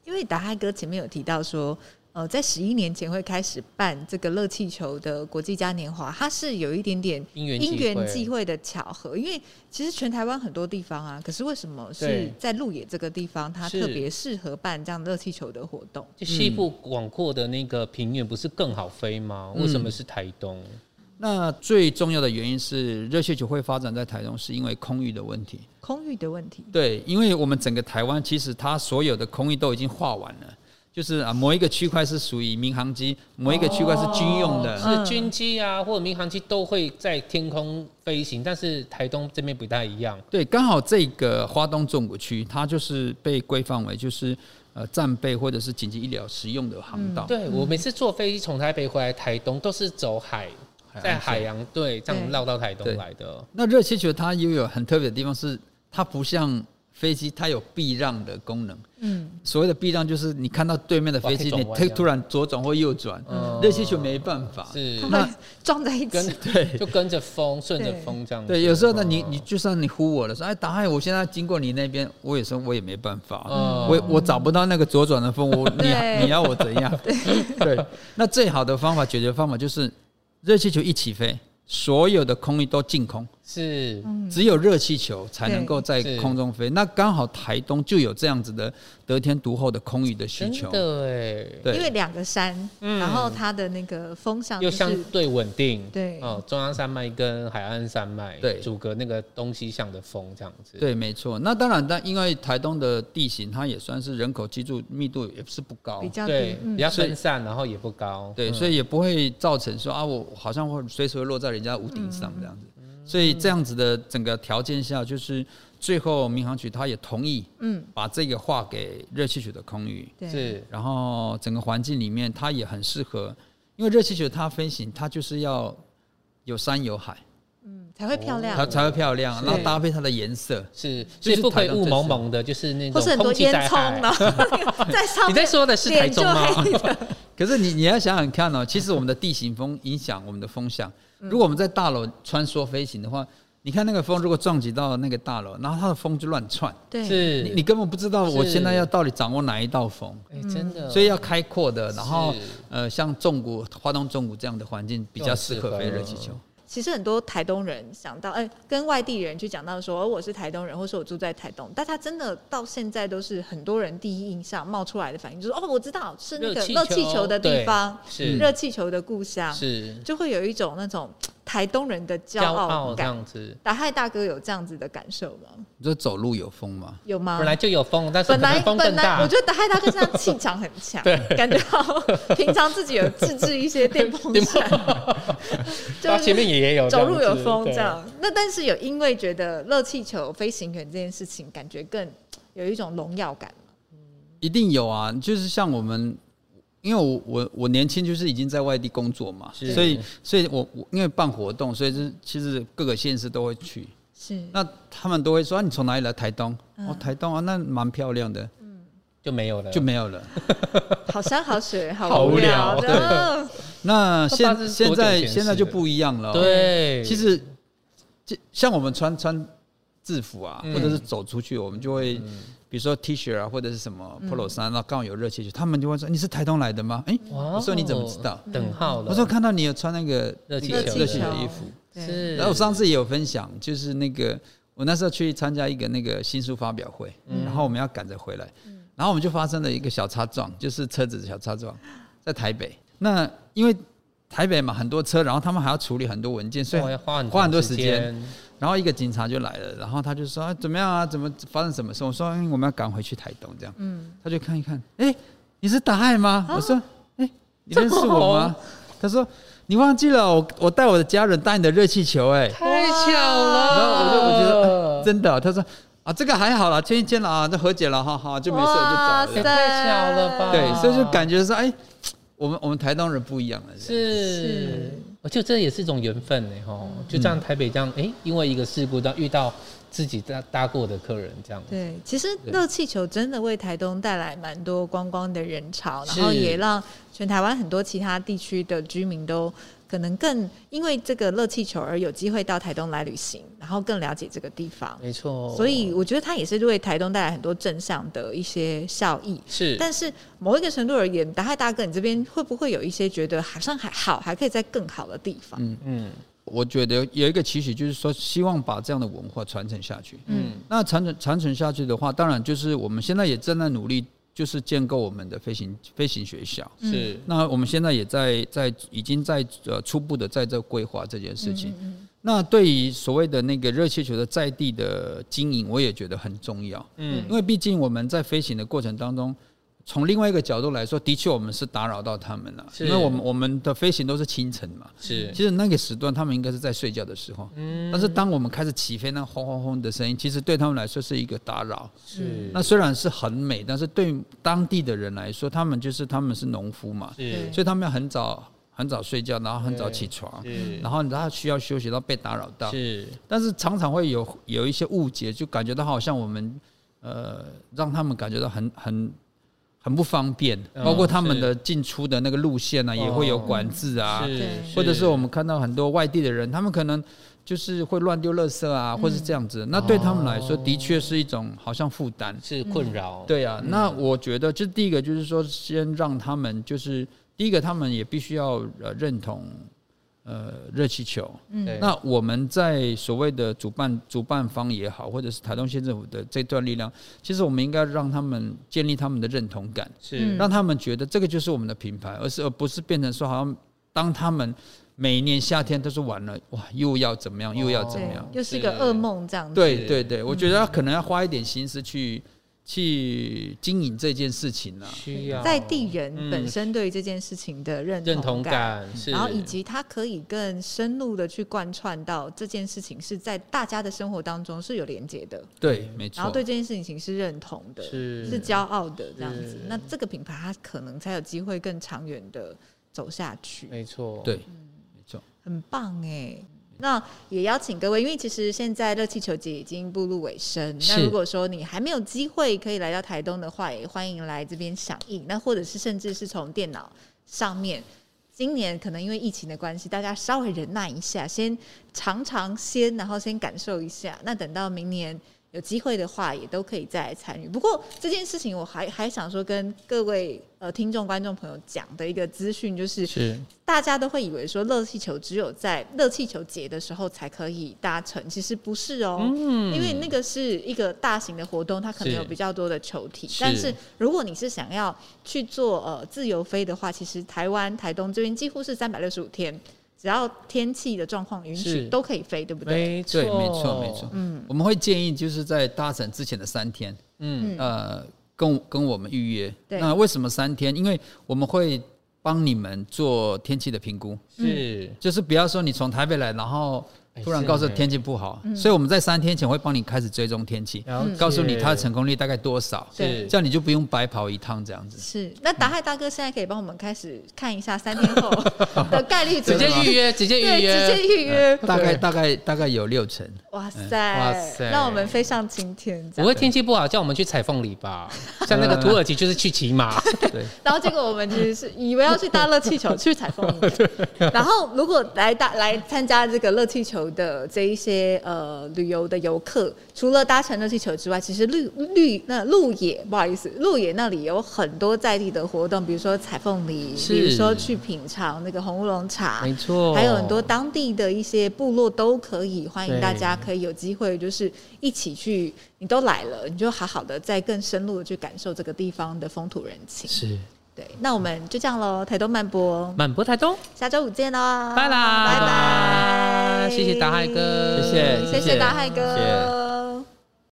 [SPEAKER 2] 因为达嗨哥前面有提到说，呃，在十一年前会开始办这个热气球的国际嘉年华，它是有一点点
[SPEAKER 3] 因缘
[SPEAKER 2] 因缘际
[SPEAKER 3] 会，
[SPEAKER 2] 会的巧合。因为其实全台湾很多地方啊，可是为什么是
[SPEAKER 3] 对
[SPEAKER 2] 在鹿野这个地方，它
[SPEAKER 3] 是
[SPEAKER 2] 特别适合办这样热气球的活动？
[SPEAKER 3] 就西部广阔的那个平原不是更好飞吗？
[SPEAKER 4] 嗯
[SPEAKER 3] 为什么是台东？
[SPEAKER 4] 那最重要的原因是热气球会发展在台东，是因为空域的问题。
[SPEAKER 2] 空域的问题，
[SPEAKER 4] 对，因为我们整个台湾其实它所有的空域都已经画完了，就是啊，某一个区块是属于民航机，某一个区块是军用的。
[SPEAKER 2] 嗯
[SPEAKER 3] 是军机啊，或者民航机都会在天空飞行，但是台东这边不太一样。
[SPEAKER 4] 对，刚好这个花东纵谷区，它就是被规范为就是呃战备或者是紧急医疗使用的航道。
[SPEAKER 3] 对我每次坐飞机从台北回来台东，都是走海，
[SPEAKER 4] 海岸线
[SPEAKER 3] 在海洋对这样
[SPEAKER 2] 对
[SPEAKER 3] 绕到台东
[SPEAKER 4] 对
[SPEAKER 3] 来的。
[SPEAKER 4] 那热气球它又有很特别的地方是，它不像飞机，它有避让的功能。
[SPEAKER 2] 嗯，
[SPEAKER 4] 所谓的避让就是你看到对面的飞机，
[SPEAKER 3] 哇可以转弯这
[SPEAKER 4] 你突
[SPEAKER 3] 样
[SPEAKER 4] 突然左转或右转，
[SPEAKER 3] 嗯
[SPEAKER 4] 热气球没办法。
[SPEAKER 3] 是
[SPEAKER 2] 它
[SPEAKER 4] 那
[SPEAKER 2] 会撞在一
[SPEAKER 3] 跟
[SPEAKER 2] 起。
[SPEAKER 4] 啊 [laughs] 对
[SPEAKER 3] 就跟着风，顺着风这样子。
[SPEAKER 4] 对，有时候呢，你
[SPEAKER 3] 嗯
[SPEAKER 4] 你就算你呼我了，说哎，达海，我现在经过你那边，我有时候我也没办法，
[SPEAKER 3] 嗯
[SPEAKER 4] 我我找不到那个左转的风，
[SPEAKER 3] [laughs]
[SPEAKER 4] 我
[SPEAKER 2] 对
[SPEAKER 4] 你你要我怎样？对，那最好的方法解决方法就是热气球一起飞，所有的空域都净空，
[SPEAKER 3] 是
[SPEAKER 2] 嗯
[SPEAKER 4] 只有热气球才能够在
[SPEAKER 3] 对是
[SPEAKER 4] 空中飞。那刚好台东就有这样子的得天独厚的空域的需
[SPEAKER 3] 真
[SPEAKER 4] 求，
[SPEAKER 3] 的哎，
[SPEAKER 4] 对
[SPEAKER 2] 因为两个山，然后它的那个风向、就
[SPEAKER 3] 嗯又
[SPEAKER 2] 是、
[SPEAKER 3] 相对稳定。
[SPEAKER 2] 对
[SPEAKER 3] 哦，中央山脉跟海岸山脉
[SPEAKER 4] 对
[SPEAKER 3] 阻隔那个东西向的风这样子。，
[SPEAKER 4] 对，没错。那当然，但因为台东的地形，它也算是人口居住密度也是不高
[SPEAKER 2] 比，较
[SPEAKER 3] 对
[SPEAKER 2] 低，，嗯
[SPEAKER 3] 比较分散，然后也不高。
[SPEAKER 4] 对，
[SPEAKER 3] 嗯
[SPEAKER 4] 所以也不会造成说啊，我好像会随时会落在人家屋顶上
[SPEAKER 2] 嗯
[SPEAKER 4] 这样子。所以这样子的整个条件下，就是最后民航局他也同意
[SPEAKER 2] 嗯，
[SPEAKER 4] 把这个划给热气球的空域，
[SPEAKER 2] 对，
[SPEAKER 3] 是
[SPEAKER 4] 然后整个环境里面它也很适合，因为热气球它飞行它就是要有山有海，
[SPEAKER 2] 嗯，才会漂亮。
[SPEAKER 4] 它才会漂亮，
[SPEAKER 3] 是
[SPEAKER 4] 然后搭配它的颜色。
[SPEAKER 3] 是，所
[SPEAKER 4] 就是
[SPEAKER 3] 以不可
[SPEAKER 4] 台
[SPEAKER 3] 以
[SPEAKER 4] 东
[SPEAKER 3] 雾
[SPEAKER 4] 这
[SPEAKER 3] 蒙
[SPEAKER 4] 是
[SPEAKER 3] 蒙的，就是那
[SPEAKER 2] 或
[SPEAKER 3] 种
[SPEAKER 2] 是很多
[SPEAKER 3] 空气
[SPEAKER 2] 烟囱，
[SPEAKER 3] 在海。
[SPEAKER 2] 然后在上面
[SPEAKER 3] 你在说的是台
[SPEAKER 2] 脸
[SPEAKER 3] 中
[SPEAKER 2] 就
[SPEAKER 3] 吗？
[SPEAKER 2] 黑的，
[SPEAKER 4] 可是你你要想想看哦，其实我们的地形风影响我们的风向。如果我们在大楼穿梭飞行的话，你看那个风如果撞击到那个大楼，然后它的风就乱窜，
[SPEAKER 2] 对，
[SPEAKER 3] 是
[SPEAKER 4] 你你根本不知道我
[SPEAKER 3] 是
[SPEAKER 4] 现在要到底掌握哪一道风，
[SPEAKER 3] 哎
[SPEAKER 2] 嗯
[SPEAKER 3] 真的，
[SPEAKER 4] 所以要开阔的，然后
[SPEAKER 3] 是
[SPEAKER 4] 呃，像纵谷、花东纵谷这样的环境比较适合飞热气球。
[SPEAKER 2] 其实很多台东人想到，哎、跟外地人去讲到说，哦我是台东人，或是我住在台东，但他真的到现在都是很多人第一印象冒出来的反应，就是哦，我知道是那个热气球的地方，嗯
[SPEAKER 3] 是
[SPEAKER 2] 热气球的故乡，
[SPEAKER 3] 是
[SPEAKER 2] 就会有一种那种嘖台东人的骄
[SPEAKER 3] 骄傲这
[SPEAKER 2] 感。
[SPEAKER 3] 样子。
[SPEAKER 2] 打嗨大哥有这样子的感受吗？
[SPEAKER 4] 你说走路有风吗？
[SPEAKER 2] 有吗？
[SPEAKER 3] 本来就有风，但是可
[SPEAKER 2] 啊 [laughs] 本来
[SPEAKER 3] 能风
[SPEAKER 2] 本
[SPEAKER 3] 更
[SPEAKER 2] 来，
[SPEAKER 3] 大
[SPEAKER 2] 我。觉得打嗨大哥现在气场很强， [laughs] 感觉好。平常自己有自制一些电
[SPEAKER 3] [laughs]
[SPEAKER 2] 风扇， [laughs]
[SPEAKER 3] 它前面也有这
[SPEAKER 2] 走
[SPEAKER 3] 样子
[SPEAKER 2] 路有风这
[SPEAKER 3] 对
[SPEAKER 2] 样。那但是有因为觉得热气球飞行员这件事情，感觉更有一种荣耀感嘛
[SPEAKER 4] 一定有啊，就是像我们，因为我我我年轻就是已经在外地工作嘛，
[SPEAKER 3] 是
[SPEAKER 4] 所以所以我我因为办活动，所以就是其实各个县市都会去。
[SPEAKER 2] 是
[SPEAKER 4] 那他们都会说、啊、你从哪里来？台东、
[SPEAKER 2] 嗯
[SPEAKER 4] 哦，台东啊，那蛮漂亮的，
[SPEAKER 3] 就没有了，
[SPEAKER 4] 就没有了。
[SPEAKER 2] 好山好
[SPEAKER 3] [laughs]
[SPEAKER 2] 水，好
[SPEAKER 3] 好
[SPEAKER 2] 无
[SPEAKER 3] 无
[SPEAKER 2] 聊
[SPEAKER 3] 聊
[SPEAKER 2] 的。
[SPEAKER 3] [laughs] 那
[SPEAKER 4] 那
[SPEAKER 3] 大
[SPEAKER 4] 现
[SPEAKER 3] 致是
[SPEAKER 4] 现
[SPEAKER 3] 多久
[SPEAKER 4] 在
[SPEAKER 3] 前
[SPEAKER 4] 现在
[SPEAKER 3] 事
[SPEAKER 4] 就
[SPEAKER 3] 了
[SPEAKER 4] 不一样了。，哦
[SPEAKER 3] 对。
[SPEAKER 4] 其实就像我们穿穿制服啊，
[SPEAKER 3] 嗯
[SPEAKER 4] 或者是走出去，我们就会。比如说 T 恤啊，或者是什么
[SPEAKER 3] 嗯
[SPEAKER 4] polo 衫，然后刚好有热气球，他们就会说你是台东来的吗？哎、
[SPEAKER 3] 哇哦
[SPEAKER 4] 我说你怎么知道？
[SPEAKER 3] 等号了？
[SPEAKER 4] 我说看到你有穿那个
[SPEAKER 3] 热气
[SPEAKER 4] 那个
[SPEAKER 3] 球
[SPEAKER 4] 热气球
[SPEAKER 3] 热
[SPEAKER 4] 的
[SPEAKER 2] 气球
[SPEAKER 4] 衣服，
[SPEAKER 2] 对
[SPEAKER 3] 是，
[SPEAKER 4] 然后我上次也有分享，就是那个我那时候去参加一个那个新书发表会，
[SPEAKER 3] 嗯
[SPEAKER 4] 然后我们要赶着回来，然后我们就发生了一个小擦撞，就是车子的小擦撞，在台北。那因为台北嘛，很多车，然后他们还要处理很多文件，所以
[SPEAKER 3] 哦哇要花很
[SPEAKER 4] 花很多
[SPEAKER 3] 时
[SPEAKER 4] 时间。然后一个警察就来了，然后他就说、啊、怎么样啊？怎么发生什么事？我说、嗯我们要赶回去台东这样。
[SPEAKER 2] 嗯
[SPEAKER 4] 他就看一看，哎、你是达爱吗？
[SPEAKER 2] 啊
[SPEAKER 4] 我说，哎、你认识我吗？他说，你忘记了，我我带我的家人搭你的热气球、哎，
[SPEAKER 3] 太巧了。
[SPEAKER 4] 然后我就我觉得、哎
[SPEAKER 3] 这
[SPEAKER 4] 真的哦、他说啊，这个还好啦，签一签了啊，那和解了，哈哈，就没事了，就走
[SPEAKER 3] 也
[SPEAKER 4] 了。
[SPEAKER 3] 太巧了吧？
[SPEAKER 4] 对，所以就感觉说，哎、我们我们台东人不一样了，这样
[SPEAKER 3] 是
[SPEAKER 2] 是，
[SPEAKER 3] 我觉得这也是一种缘分呢，吼，
[SPEAKER 4] 嗯
[SPEAKER 3] 就这样台北这样，哎，因为一个事故，然后遇到自己搭搭过的客人这样。
[SPEAKER 2] 对，其实热气球真的为台东带来蛮多观光的人潮，然
[SPEAKER 3] 是
[SPEAKER 2] 后也让全台湾很多其他地区的居民都可能更因为这个热气球而有机会到台东来旅行，然后更了解这个地方。
[SPEAKER 3] 没错。
[SPEAKER 2] 所以我觉得它也是为台东带来很多正向的一些效益。
[SPEAKER 3] 是，
[SPEAKER 2] 但是某一个程度而言，达海大哥，你这边会不会有一些觉得好像还好，还可以在更好的地方？嗯
[SPEAKER 3] 嗯
[SPEAKER 4] 我觉得有一个期许，就是说希望把这样的文化传承下去。
[SPEAKER 2] 嗯
[SPEAKER 3] 嗯，
[SPEAKER 4] 那传承传承下去的话，当然就是我们现在也正在努力，就是建构我们的飞行飞行学校。
[SPEAKER 2] 嗯
[SPEAKER 3] 是
[SPEAKER 4] 那我们现在也在在已经在呃初步的在这规划这件事
[SPEAKER 2] 嗯
[SPEAKER 4] 情。那对于所谓的那个热气球的在地的经营，我也觉得很重要，
[SPEAKER 3] 嗯
[SPEAKER 4] 因为毕竟我们在飞行的过程当中，从另外一个角度来说，的确我们是打扰到他们了，
[SPEAKER 3] 是
[SPEAKER 4] 因为我们我们的飞行都是清晨嘛，
[SPEAKER 2] 嗯
[SPEAKER 3] 是
[SPEAKER 4] 其实那个时段他们应该是在睡觉的时候，
[SPEAKER 3] 嗯
[SPEAKER 4] 但是当我们开始起飞那轰轰轰的声音，其实对他们来说是一个打扰。
[SPEAKER 2] 嗯
[SPEAKER 3] 是
[SPEAKER 4] 那虽然是很美，但是对当地的人来说，他们就是他们是农夫嘛，
[SPEAKER 3] 是
[SPEAKER 4] 所以他们要很早很早睡觉，然后很早起床，
[SPEAKER 3] 是
[SPEAKER 4] 然后他需要休息，然后被打扰到。
[SPEAKER 3] 是
[SPEAKER 4] 但是常常会有有一些误解，就感觉到好像我们呃让他们感觉到很很很不方便，
[SPEAKER 3] 嗯
[SPEAKER 4] 包括他们的进出的那个路线呢、也会有管制啊，
[SPEAKER 2] 对
[SPEAKER 3] 哦是，
[SPEAKER 4] 或者是我们看到很多外地的人，他们可能就是会乱丢垃圾啊，或是这样子。那对他们来说，的确是一种好像负担。
[SPEAKER 3] 是困扰，
[SPEAKER 4] 对啊，那我觉得这第一个就是说，先让他们就是第一个，他们也必须要呃认同呃热气球。
[SPEAKER 3] 对
[SPEAKER 4] 那我们在所谓的主办主办方也好，或者是台东县政府的这段力量，其实我们应该让他们建立他们的认同感，
[SPEAKER 3] 是
[SPEAKER 2] 嗯
[SPEAKER 4] 让他们觉得这个就是我们的品牌，而是而不是变成说好像当他们每一年夏天都是完了，哇，又要怎么样，又要怎么
[SPEAKER 2] 对
[SPEAKER 4] 样，，
[SPEAKER 2] 又是一个
[SPEAKER 3] 是
[SPEAKER 2] 噩梦这样子。
[SPEAKER 4] 对
[SPEAKER 3] 是
[SPEAKER 4] 对对，我觉得他可能要花一点心思去去经营这件事情呢、啊。
[SPEAKER 3] 需要
[SPEAKER 2] 在地人
[SPEAKER 3] 嗯
[SPEAKER 2] 本身对于这件事情的认
[SPEAKER 3] 认
[SPEAKER 2] 同
[SPEAKER 3] 同感，是
[SPEAKER 2] 然后以及他可以更深入的去贯穿到这件事情是在大家的生活当中是有连接的，
[SPEAKER 4] 对，没错。
[SPEAKER 2] 然后对这件事情是认同的，
[SPEAKER 3] 是
[SPEAKER 2] 是骄傲的这样子
[SPEAKER 3] 是。
[SPEAKER 2] 那这个品牌它可能才有机会更长远的走下去。
[SPEAKER 3] 没错，
[SPEAKER 4] 对
[SPEAKER 2] 很棒哎。那也邀请各位，因为其实现在热气球节已经步入尾声。
[SPEAKER 4] 是
[SPEAKER 2] 那如果说你还没有机会可以来到台东的话，也欢迎来这边响应。那或者是甚至是从电脑上面今年可能因为疫情的关系，大家稍微忍耐一下，先尝尝鲜，然后先感受一下。那等到明年有机会的话，也都可以再来参与。不过这件事情，我还还想说跟各位呃听众、观众朋友讲的一个资讯就是，
[SPEAKER 3] 是
[SPEAKER 2] 大家都会以为说热气球只有在热气球节的时候才可以搭乘，其实不是哦，因为那个是一个大型的活动，它可能
[SPEAKER 3] 嗯是
[SPEAKER 2] 有比较多的球体。
[SPEAKER 3] 是
[SPEAKER 2] 但是如果你是想要去做呃自由飞的话，其实台湾台东这边几乎是三百六十五天，只要天气的状况允许，
[SPEAKER 3] 是
[SPEAKER 2] 都可以飞，对不对？
[SPEAKER 3] 没错，
[SPEAKER 4] 对，没错，没错。。嗯，我们会建议就是在搭乘之前的三天，
[SPEAKER 3] 嗯
[SPEAKER 2] 嗯
[SPEAKER 4] 呃，跟跟我们预约。
[SPEAKER 2] 对
[SPEAKER 4] 那为什么三天？因为我们会帮你们做天气的评估，
[SPEAKER 3] 嗯是
[SPEAKER 4] 就是不要说你从台北来，然后
[SPEAKER 3] 哎
[SPEAKER 4] 突然
[SPEAKER 3] 是啊嗯
[SPEAKER 4] 告诉
[SPEAKER 3] 呢
[SPEAKER 4] 天气不好，所以我们在三天前会帮你开始追踪天气，
[SPEAKER 3] 了解
[SPEAKER 4] 告诉你它的成功率大概多少，
[SPEAKER 2] 对
[SPEAKER 3] 是
[SPEAKER 4] 这样你就不用白跑一趟这样子。
[SPEAKER 2] 是，那达海大哥现在可以帮我们开始看一下三天
[SPEAKER 3] [laughs]
[SPEAKER 2] 后的概率怎
[SPEAKER 3] 直
[SPEAKER 2] 么
[SPEAKER 3] 接
[SPEAKER 2] 样
[SPEAKER 3] 预约，直接
[SPEAKER 2] 对，
[SPEAKER 3] 预约，
[SPEAKER 2] 直接预约。
[SPEAKER 4] 大概
[SPEAKER 3] 对
[SPEAKER 4] 大概大概有六成，
[SPEAKER 2] 哇塞！
[SPEAKER 3] 哇塞
[SPEAKER 2] 让我们飞上青天，这
[SPEAKER 3] 不
[SPEAKER 2] 样。
[SPEAKER 3] 会天气不好叫我们去采凤梨 [laughs] 吧？像那个土耳其就是去骑马， [laughs]
[SPEAKER 4] 对，
[SPEAKER 2] [laughs] 然后结果我们其实是以为要去搭热气球去采风
[SPEAKER 3] [laughs]
[SPEAKER 2] 铃，然后如果来搭来参加这个热气球的这一些呃旅游的游客，除了搭乘热气球之外，其实绿绿那鹿野不好意思，鹿野那里有很多在地的活动，比如说采凤梨，
[SPEAKER 4] 是
[SPEAKER 2] 比如说去品尝那个红乌龙茶，
[SPEAKER 3] 没错
[SPEAKER 2] 还有很多当地的一些部落都可以，欢迎
[SPEAKER 3] 对
[SPEAKER 2] 大家可以有机会就是一起去，你都来了，你就好好的再更深入的去感受这个地方的风土人情。
[SPEAKER 3] 是
[SPEAKER 2] 对，那我们就这样喽，台东漫播，
[SPEAKER 3] 满博台东，
[SPEAKER 2] 下周五见喽，
[SPEAKER 3] 拜啦
[SPEAKER 2] 拜拜，
[SPEAKER 3] 谢谢达海哥
[SPEAKER 4] 谢谢
[SPEAKER 2] 谢
[SPEAKER 4] 谢谢
[SPEAKER 2] 达海哥。
[SPEAKER 4] 谢谢